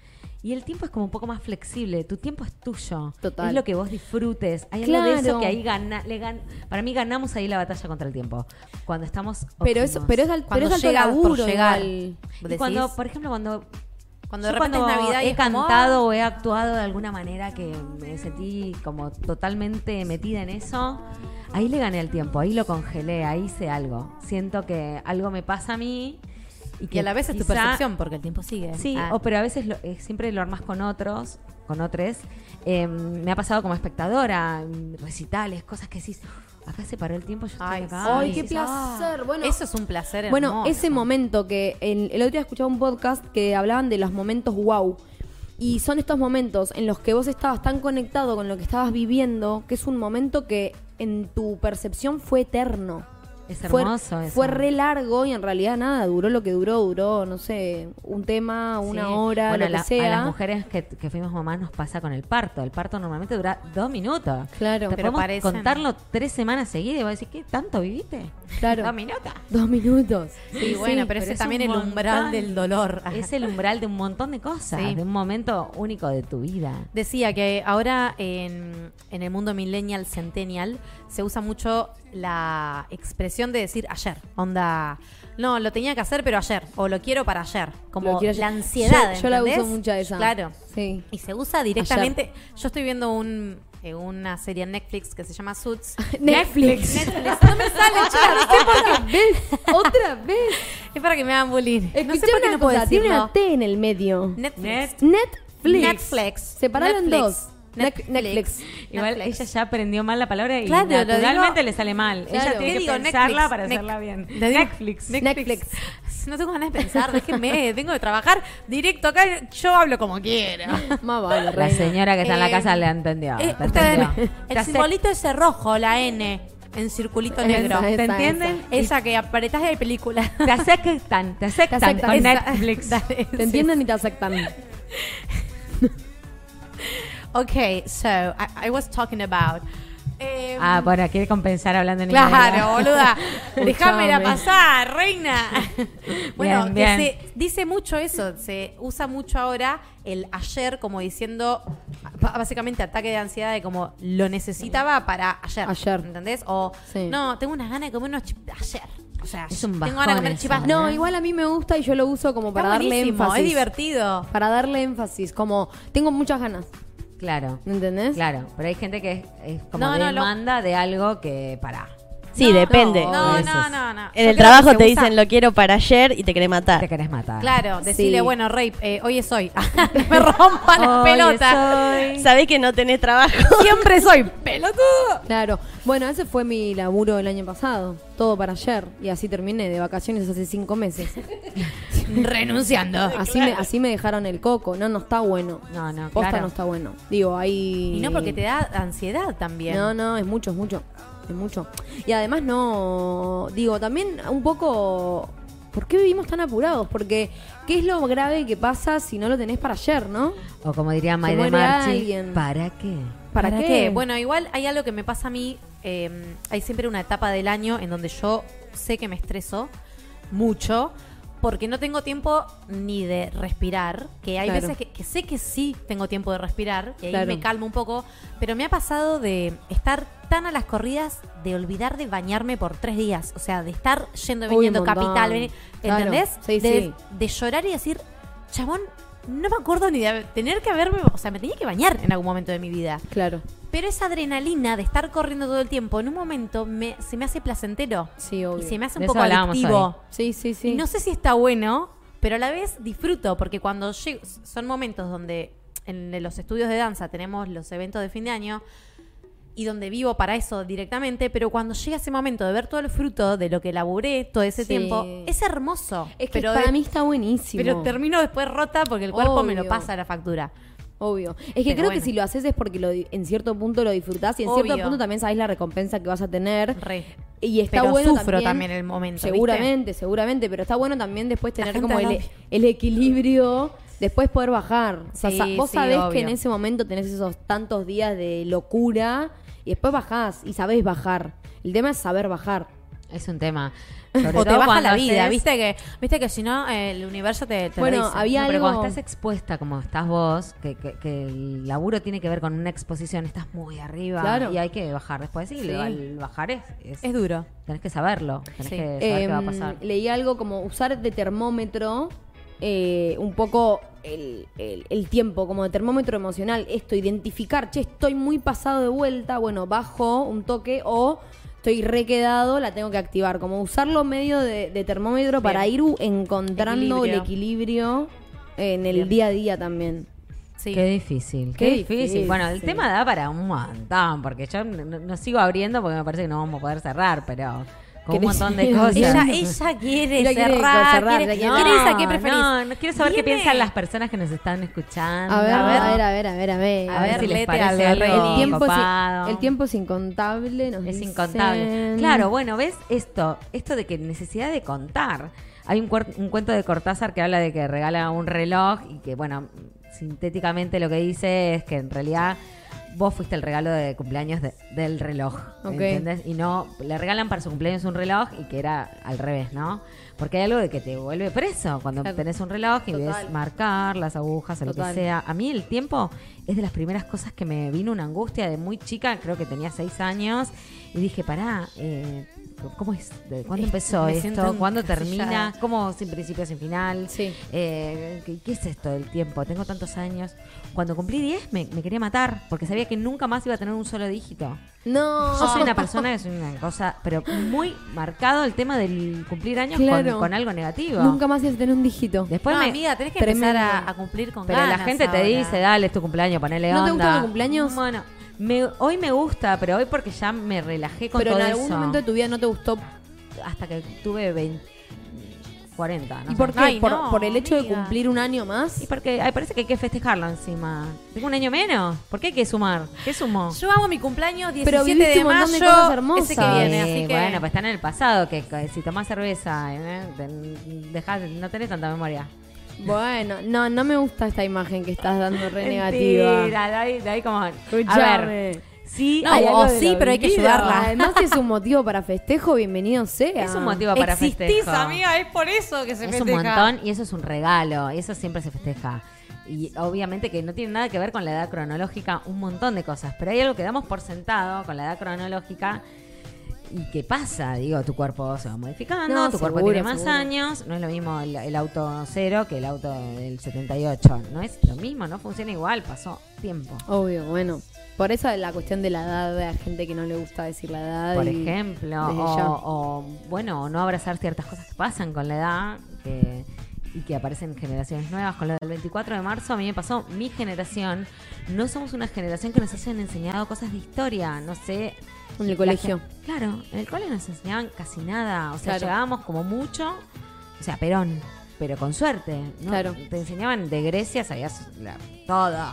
y el tiempo es como un poco más flexible, tu tiempo es tuyo, Total. es lo que vos disfrutes, hay algo de Claro. eso que ahí gana, le gan- para mí ganamos ahí la batalla contra el tiempo, cuando estamos Pero es, óptimos. pero es al, pero Cuando es alto llegas por laburo llegar. igual. Y Decís, cuando, por ejemplo, cuando cuando yo de repente cuando es Navidad y he es como, "Ah". cantado o he actuado de alguna manera que me sentí como totalmente metida en eso, ahí le gané el tiempo, ahí lo congelé, ahí hice algo. Siento que algo me pasa a mí y que Y a la vez es tu quizá- percepción, porque el tiempo sigue. Sí, Ah. o- pero a veces lo- eh, siempre lo armas con otros, con otros. me ha pasado como espectadora, mm, recitales, cosas que decís, acá se paró el tiempo, yo estoy Ay, acá. sí. Ay, qué Y- "Ah, placer. Bueno, Eso es un placer. Bueno, hermoso. ese momento que el, el otro día escuchaba un podcast que hablaban de los momentos wow. Y son estos momentos en los que vos estabas tan conectado con lo que estabas viviendo, que es un momento que en tu percepción fue eterno. Es hermoso fue, eso. Fue re largo y en realidad nada, duró lo que duró, duró, no sé, un tema, una Sí. hora, Bueno, lo que la- sea. A las mujeres que, que fuimos mamás nos pasa con el parto. El parto normalmente dura dos minutos. Claro. Te Pero podemos parecen- contarlo tres semanas seguidas y vas a decir, ¿qué tanto viviste? Claro. Dos minutos. Dos minutos. Sí, bueno, pero pero ese es es también el un umbral montón. del dolor. Es el umbral de un montón de cosas, Sí. de un momento único de tu vida. Decía que ahora en, en el mundo millennial, centennial, se usa mucho la expresión de decir ayer. Onda, no, lo tenía que hacer, pero ayer. O lo quiero para ayer. Como Lo quiero la yo- ansiedad. Yo, yo la uso ¿entendés? mucha esa. Claro. Sí. Y se usa directamente. Yo estoy viendo un, eh, una serie en Netflix que se llama Suits. Netflix. Netflix. No me sale, chicas, no sé por qué. Otra vez. Es para que me hagan bullying. no sé Escuché por qué una no puedo cosa, tiene decirlo. una T en el medio. Netflix. Netflix. Netflix. Separado en Netflix. dos. Nec- Netflix. Igual Netflix. ella ya aprendió mal la palabra y Claro, lo digo- naturalmente le sale mal. Claro. Ella tiene ¿Qué que digo? pensarla Netflix. para Nec- hacerla bien. Le digo- Netflix. Netflix. No tengo ganas de pensar, déjenme, vengo de trabajar directo acá, yo hablo como quiera. Más vale, La reina. señora que está en la Eh, casa le entendió. Eh, te ustedes- entendió. Te el acepta. simbolito ese rojo, la N, en circulito Esa, negro. esa, ¿Te esa. entienden? Esa, que apretás de película. Te aceptan, te aceptan, aceptan. con Esa- Netflix. Dale, ¿Te entienden y te aceptan? Okay, so I, I was talking about. eh, Ah, bueno, quiere compensar hablando en inglés. Claro, boluda. Déjamela Escuchame. pasar, reina. bueno, Bien, que bien. se dice mucho eso. Se usa mucho ahora el ayer como diciendo, b- básicamente, ataque de ansiedad de como lo necesitaba para ayer. Ayer. ¿Entendés? O Sí. no, tengo unas ganas de comer unos chips ayer. O sea, Es un tengo bajón ganas de comer eso, chipas. ¿eh? No, No, igual a mí me gusta y yo lo uso como está para darle buenísimo, énfasis. es divertido. Para darle énfasis, como tengo muchas ganas. Claro. ¿Me entendés? Claro, pero hay gente que es, es como No, no, lo- demanda de algo que pará. Sí, No, depende. No, Eso no, es. no, no. En Yo el creo que trabajo se te usa- dicen lo quiero para ayer y te querés matar. Te querés matar. Claro, decirle, Sí. bueno, rape, eh, hoy es hoy. me rompa la Hoy es pelota. hoy. Sabés que no tenés trabajo. Siempre soy pelotudo. Claro. Bueno, ese fue mi laburo el año pasado. Todo para ayer. Y así terminé, de vacaciones hace cinco meses. Renunciando. Así, me, así me dejaron el coco. No, no está bueno. No, no, Posta claro. no está bueno. Digo, ahí... Y no porque te da ansiedad también. No, no, es mucho, es mucho. Es mucho. Y además no... Digo, también un poco... ¿Por qué vivimos tan apurados? Porque, ¿qué es lo grave que pasa si no lo tenés para ayer, no? O como diría Maide muere Marchi, alguien. ¿para qué? ¿Para, qué? Bueno, igual hay algo que me pasa a mí. eh, hay siempre una etapa del año en donde yo sé que me estreso mucho porque no tengo tiempo ni de respirar. Que hay Claro. veces que, que sé que sí tengo tiempo de respirar y ahí Claro. me calmo un poco. Pero me ha pasado de estar tan a las corridas de olvidar de bañarme por tres días. O sea, de estar yendo y Uy, un viniendo montón. capital. veni- Claro. ¿Entendés? Sí, de, sí. de llorar y decir, chabón. No me acuerdo ni de haber- tener que haberme, o sea, me tenía que bañar en algún momento de mi vida. Claro. Pero esa adrenalina de estar corriendo todo el tiempo, en un momento me- se me hace placentero. Sí, obvio. Y se me hace un De eso poco hablábamos hoy. adictivo. Sí, sí, sí. Y no sé si está bueno, pero a la vez disfruto, porque cuando llego, son momentos donde en los estudios de danza tenemos los eventos de fin de año y donde vivo para eso directamente, pero cuando llega ese momento de ver todo el fruto de lo que laburé todo ese Sí. tiempo, es hermoso. Es que pero, para mí está buenísimo. pero termino después rota porque el cuerpo me lo Obvio. pasa la factura. Obvio. Es que Pero creo que bueno. si lo haces es porque lo di- en cierto punto lo disfrutás y en cierto Obvio. punto también sabés la recompensa que vas a tener. Re. Y está Pero bueno sufro también, también el momento, ¿viste? Seguramente, seguramente, pero está bueno también después tener gente como al el, lado. el equilibrio, después poder bajar. O sea, Sí, sa- vos sí, sabés obvio. que en ese momento tenés esos tantos días de locura y después bajás y sabés bajar. El tema es saber bajar. Es un tema. Sobre o te todo baja cuando la vida, haces- ¿viste? que viste que si no, eh, el universo te, te lo Bueno, dice. había No, pero algo- cuando estás expuesta como estás vos, que, que- que el laburo tiene que ver con una exposición, estás muy arriba Claro. y hay que bajar después. Y Sí. el bajar es, es- Es duro. Tenés que saberlo, tenés Sí. que saber qué va a Em, pasar. Leí algo como usar de termómetro eh, un poco el, el- el tiempo, como de termómetro emocional, esto, identificar, che, estoy muy pasado de vuelta, bueno, bajo un toque o estoy re quedado, la tengo que activar, como usarlo medio de, de termómetro para Bien. ir uh, encontrando el equilibrio en el Bien. día a día también. Sí. Qué difícil, qué, Qué difícil. difícil. Bueno, el tema da para un montón, porque yo no, no sigo abriendo porque me parece que no vamos a poder cerrar, pero con un ¿Querés- montón de cosas. Ella, ella quiere Ella quiere cerrar. cerrar, quiere, ella No, quiere- ¿Quiere esa que preferís? no, no, quiero saber qué Viene. piensan las personas que nos están escuchando. A ver, A ver. a ver, a ver, a ver, a ver. A ver si les léete parece algo, algo Reni. el, tiempo es, copado. el tiempo es incontable, nos Es dicen. incontable. Claro, bueno, ¿ves esto? Esto de que necesidad de contar. Hay un, cuer- un cuento de Cortázar que habla de que regala un reloj y que, bueno, sintéticamente lo que dice es que en realidad vos fuiste el regalo de cumpleaños de- del reloj. Ok. ¿Entendés? Y no, le regalan para su cumpleaños un reloj y que era al revés, ¿no? Porque hay algo de que te vuelve preso cuando Claro. tenés un reloj y Total. ves marcar las agujas o lo que Total. sea. A mí el tiempo es de las primeras cosas que me vino una angustia de muy chica, creo que tenía seis años, y dije, pará, eh, ¿cómo es? ¿De ¿Cuándo empezó me siento esto? ¿Cuándo encasillada. termina? ¿Cómo sin principio, sin final? Sí. Eh, ¿qué, qué es esto del tiempo? Tengo tantos años. Cuando cumplí 10 me, me quería matar, porque sabía que nunca más iba a tener un solo dígito. No. Yo soy una persona que es una cosa, pero muy marcado el tema del cumplir años con- Claro. con, algo negativo. Nunca más ibas a tener un dígito. Después No, me- amiga, tenés que empezar Tremendo. a, a cumplir con Pero ganas. la gente ahora. te dice, dale, es tu cumpleaños, ponele ¿No onda. te gustan los cumpleaños? Bueno, me- hoy me gusta, pero hoy porque ya me relajé con Pero en todo algún eso. momento de tu vida no te gustó. Hasta que tuve 20, 40, no ¿Y sé. por qué? Ay, por, no, por el hecho de amiga. cumplir un año Y más. porque ay, parece que hay que festejarlo encima. Tengo un año menos. ¿Por qué hay que sumar? ¿Qué sumó? Yo amo mi cumpleaños 17 Pero de viviste un montón de mayo, cosas hermosas. ese que viene, Sí, así que Bueno, pues está en el pasado, que, que si tomás cerveza, eh, ten- dejás- no tenés tanta memoria. Bueno, no, no me gusta esta imagen que estás dando re negativa. Mentira, de ahí, de ahí como... A ver, Escuchame. sí, No, hay algo o de sí, lo pero hay que vivido. ayudarla. Además, si es un motivo para festejo, bienvenido sea. Es un motivo para existís, festejo. amiga, es por eso que se es un festeja. montón y eso es un regalo, y eso siempre se festeja. Y obviamente que no tiene nada que ver con la edad cronológica, un montón de cosas, pero hay algo que damos por sentado con la edad cronológica ¿Y qué pasa? Digo, tu cuerpo se va modificando, No, tu cuerpo seguro, tiene más seguro. años, no es lo mismo el, el auto cero que el auto del 78, no es lo mismo, no funciona igual, pasó tiempo. Obvio, bueno. Por eso la cuestión de la edad, de la gente que no le gusta decir la edad. Por y ejemplo, desde o, ya. o, bueno, no abrazar ciertas cosas que pasan con la edad que- y que aparecen generaciones nuevas. Con lo del 24 de marzo a mí me pasó mi generación. No somos una generación que nos hayan enseñado cosas de historia, no sé. En el la colegio. gen- Claro, en el colegio nos enseñaban casi nada. O sea, Claro. llegábamos como mucho, o sea, Perón, pero con suerte. ¿no? Claro. Te enseñaban de Grecia, sabías la- todo.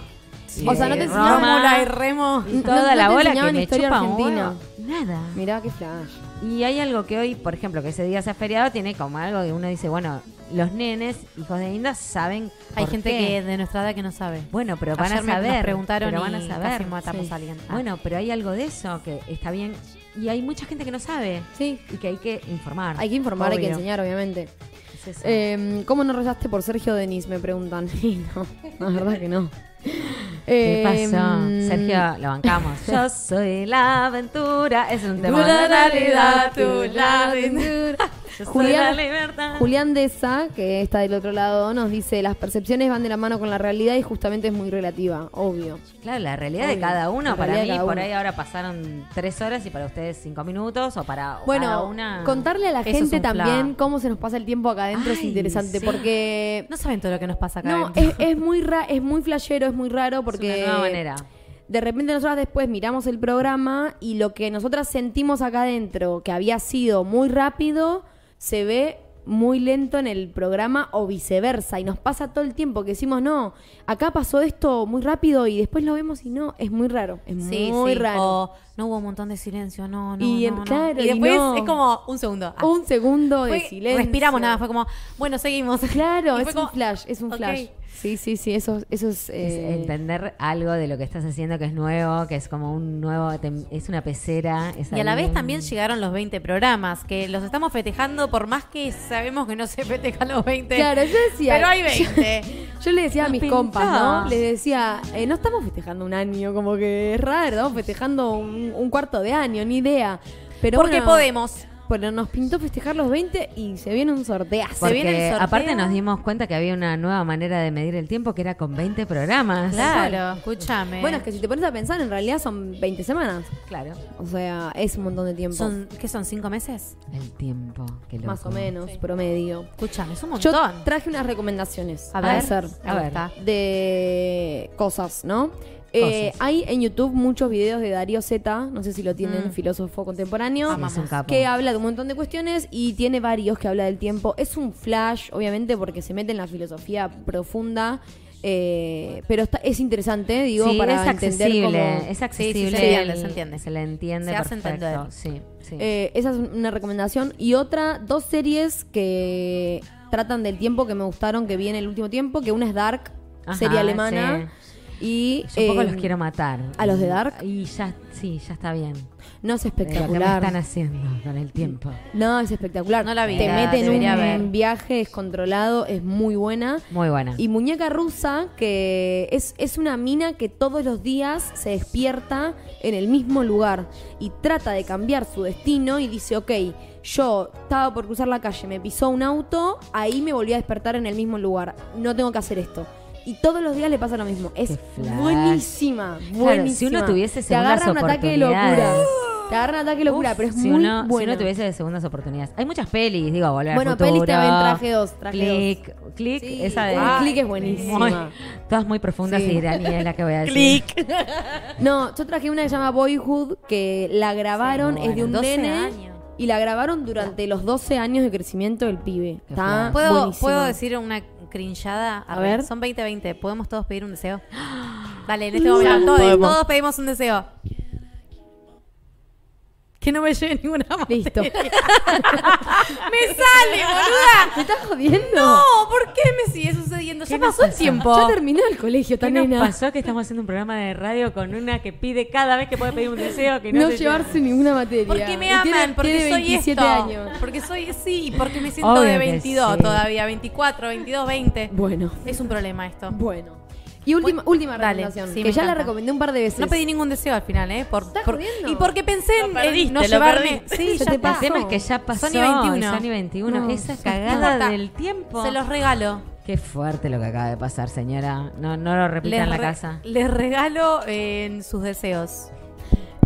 O sea, no te enseñaban Móla y remo. y No- toda no la te bola que enseñaban me historia chupa un argentina. huevo. Nada. Mirá qué flash. Y hay algo que hoy, por ejemplo, que ese día sea feriado, tiene como algo que uno dice, bueno, los nenes, hijos de indas, saben. Hay por gente qué. que de nuestra edad que no sabe. Bueno, pero van Ayer a me- nos saber. preguntaron pero van a y saber. casi matamos Sí. a alguien. Ah. Bueno, pero hay algo de eso que está bien. Y hay mucha gente que no sabe Sí. y que hay que informar. Hay que informar, hay que Obvio. enseñar, obviamente. Es eso. Eh, ¿Cómo no rezaste por Sergio Denis? Me preguntan. Y no, la verdad que no. ¿Qué Eh, pasó? em, mm, Sergio, lo bancamos. Yo soy la aventura. Es un tu tema. la realidad, realidad, tu la aventura. Julián, Julián, la libertad. Julián Deza, que está del otro lado, nos dice, las percepciones van de la mano con la realidad y justamente es muy relativa, obvio. Claro, la realidad de Obvio, cada uno. la Para realidad mí, de cada por uno. ahí ahora pasaron tres horas y para ustedes cinco minutos. O para cada Bueno, una. contarle a la Eso es gente un plan. también cómo se nos pasa el tiempo acá adentro es Ay, interesante, sí. porque... No saben todo lo que nos pasa acá. No, adentro. es, es muy ra, es muy flashero, es muy raro porque... Es una nueva manera. De repente nosotras después miramos el programa y lo que nosotras sentimos acá adentro, que había sido muy rápido, se ve muy lento en el programa o viceversa. Y nos pasa todo el tiempo que decimos, no, acá pasó esto muy rápido y después lo vemos y no, es muy raro, es Sí, muy sí. raro. O no hubo un montón de silencio, no, no. Y en- no, no. claro, y y después no. es como un segundo. Ah. Un segundo de Fue- silencio. Respiramos nada, fue como, bueno, seguimos. Claro, es Y fue un como, flash, es un ok. flash. Sí, sí, sí, eso, eso es... Es eh, entender algo de lo que estás haciendo que es nuevo, que es como un nuevo. tem- Es una pecera. es Y a la algo- vez también llegaron los 20 programas, que los estamos festejando por más que sabemos que no se festejan los 20. Claro, yo decía. Pero hay 20. Yo le decía a mis pinchó. compas, ¿no? Les decía, eh, no estamos festejando un año, como que es raro, estamos festejando un, un cuarto de año, ni idea. Pero Porque bueno, podemos. Bueno, nos pintó festejar los 20 y se viene un sorteazo. Se viene el Porque sorteo. aparte nos dimos cuenta que había una nueva manera de medir el tiempo que era con 20 programas. Claro, escúchame. Bueno, es que si te pones a pensar, en realidad son 20 semanas. Claro. O sea, es un montón de tiempo. son, ¿qué son? ¿Cinco meses? El tiempo. qué más loco. o menos, promedio. Escúchame, es un Yo montón. traje unas recomendaciones. A A ver. Ah. ver. Hacer. A ver. de cosas, ¿no? Eh, Cosas. hay en YouTube muchos videos de Darío Z, no sé si lo Mm. tienen, filósofo contemporáneo, Sí, es un capo. que habla de un montón de cuestiones y tiene varios que habla del tiempo. Es un flash, obviamente, porque se mete en la filosofía profunda, eh, pero está- es interesante, digo, Sí, para es entender accesible, cómo- es sí, accesible, se entiende, el- se entiende. se le entiende Se hace perfecto, entender. sí, sí. Eh, esa es una recomendación. Y otra, dos series que tratan del tiempo que me gustaron, que vi en el último tiempo, que una es Dark, Ajá, serie alemana. Y Yo un poco eh, los quiero matar. ¿a los de Dark? Y ya, sí, ya está bien. de No es Lo que me espectacular. están haciendo con el tiempo. no, es espectacular. No la vi, Te la mete en debería un ver. viaje descontrolado, es muy buena. Muy buena. Y Muñeca Rusa, que es, es una mina que todos los días se despierta en el mismo lugar y trata de cambiar su destino y dice, ok, yo estaba por cruzar la calle, me pisó un auto, ahí me volví a despertar en el mismo lugar, no tengo que hacer esto. Y todos los días le pasa lo mismo. Es Qué flash. buenísima, Claro, buenísima. si uno tuviese Te segundas agarra un ataque de locura. oportunidades. Te agarra un ataque de locura, pero es si muy uno, Si bueno. uno tuviese segundas oportunidades. Hay muchas pelis, digo, volver Bueno, al futuro. pelis también traje dos, traje click, click, Sí, esa de... uy, Ay, Click es buenísima. muy- todas muy profundas Sí. y iraníes es la que voy a decir. No, yo traje una que se llama Boyhood, que la grabaron, Sí, es de un 12 nene. años. Y la grabaron durante los 12 años de crecimiento del pibe. Qué Está flash. ¿Puedo, buenísima. ¿Puedo decir una crinchada? A ver. Son 2020. ¿Podemos todos pedir un deseo? Dale, en este momento todos, todos pedimos un deseo. Que no me lleve ninguna materia. Listo. ¡Me sale, boluda! ¿Me estás jodiendo? No, ¿por qué me sigue sucediendo? Ya pasó el tiempo. Ya terminó el colegio, esta ¿Qué nos nena. pasó que estamos haciendo un programa de radio con una que pide cada vez que puede pedir un deseo que no, No se llevarse ninguna materia. Porque me Y tiene- aman, porque tiene soy 27 esto. años. Porque soy, sí, porque me siento Obvio de que 22 sí. todavía, 24, 22, 20. Bueno, Es un problema esto. bueno. Y última, Muy- última Dale, recomendación, sí, que me ya la encanta. recomendé un par de veces. No pedí ningún deseo al final, ¿eh? Por, ¿Estás por- jodiendo? y porque pensé en, Lo en perdiste, no lo llevarme. perdiste. Sí, Se ya te pasó. pasó. El tema es que ya pasó. Sony 21. Sony 21. No, esa no cagada importa. del tiempo. Se los regalo. Qué fuerte lo que acaba de pasar, señora. No, no lo repita en la re- casa. les regalo en sus deseos.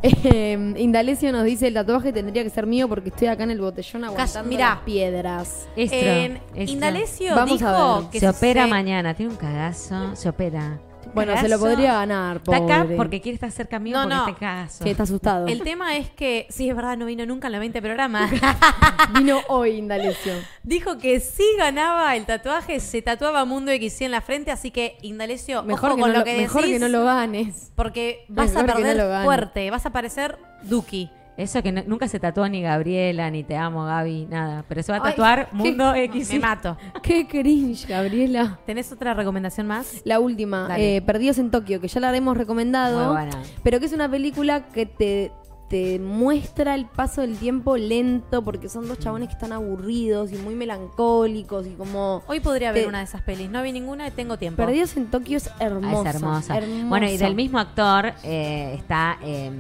Eh, Indalecio nos dice, el tatuaje tendría que ser mío porque estoy acá en el botellón aguantando mirá. las piedras. Estro, en estro. Indalecio Vamos dijo a ver. que se si opera se- mañana, tiene un cagazo, se opera. Bueno, se Cagazo. lo podría ganar, Está acá pobre. porque quiere estar cerca mío No, porque no. está cagazo. Que está asustado. El tema es que, sí, es verdad, no vino nunca en los 20 programas. Vino hoy Indalecio. Dijo que sí ganaba el tatuaje, se tatuaba Mundo XY en la frente, así que Indalecio, Mejor, ojo que con no, lo lo- que mejor decís, que no lo ganes. porque vas a Mejor que no perder lo gane. fuerte, vas a parecer Duki. Eso que no- nunca se tatuó ni Gabriela, ni te amo, Gaby, nada. Pero se va a Ay, tatuar qué- Mundo Me X. Ah, mato. Qué cringe, Gabriela. ¿Tenés otra recomendación más? La última, Dale. eh, Perdidos en Tokio, que ya la hemos recomendado, Muy buena. pero que es una película que te, te muestra el paso del tiempo lento, porque son dos chabones que están aburridos y muy melancólicos y como... Hoy podría haber Te- una de esas pelis. No vi ninguna y tengo tiempo. Perdidos en Tokio es Ah, hermosa. es hermosa. Bueno, y del mismo actor eh, está eh,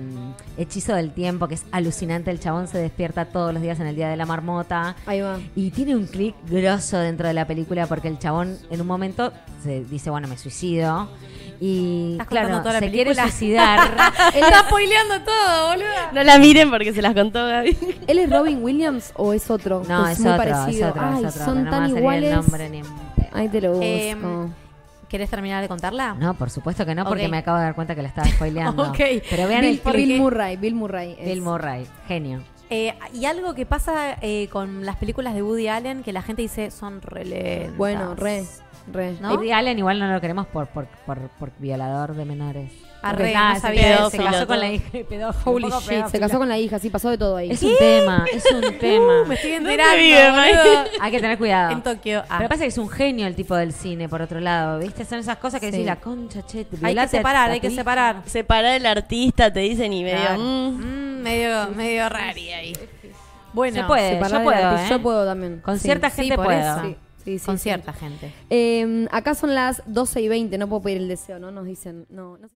Hechizo del Tiempo, que es alucinante. El chabón se despierta todos los días en el Día de la Marmota. Ahí va. Y tiene un clic grosso dentro de la película porque el chabón en un momento se dice, bueno, me suicido. Y ¿Estás contando claro, toda la se película? quiere suicidar. Está spoileando todo, boludo. No la miren porque se las contó Gaby. ¿Él es Robin Williams o es otro? No, Que es, muy otro, parecido. es otro, Ay, es otro. son no me va a tan salir iguales. el nombre Em, ni en pedo. Ahí te lo busco. Eh, ¿Querés terminar de contarla? No, por supuesto que no, porque Ok. me acabo de dar cuenta que la estaba spoileando. Ok. Pero vean Bill, el clip. Bill Murray, Bill Murray. es. Bill Murray, genio. Eh, y algo que pasa eh, con las películas de Woody Allen que la gente dice son re lentas. Bueno, re, re. ¿No? Woody Allen igual no lo queremos por, por, por, por violador de menores. Arre, Porque, no ah, se sabía quedó- eso. Se casó Pedófilo. con la hija de pedófilo. Holy shit, se casó con la hija, sí, pasó de todo ahí. Es un tema, es un tema. Uh, Me estoy ¿Dónde enterando. vive, Mai? boludo. Hay que tener cuidado. En Tokio. Ah. Pero pasa que es un genio el tipo del cine, por otro lado, ¿viste? Son esas cosas que Sí. decís, la concha, che, hay que violate a- separar, a hay tu que hija. separar. Separar el artista, te dicen, y medio. Claro. mm. Mm, medio, medio rari ahí. Bueno, Se puede, Separar yo el puedo, arti- ¿eh? yo puedo también. Con Sí, cierta sí, gente por puedo. eso. Sí, sí, Em, con sí, cierta gente. Eh, acá son las 12 y 20, no puedo pedir el deseo, ¿no? Nos dicen, no, no sé.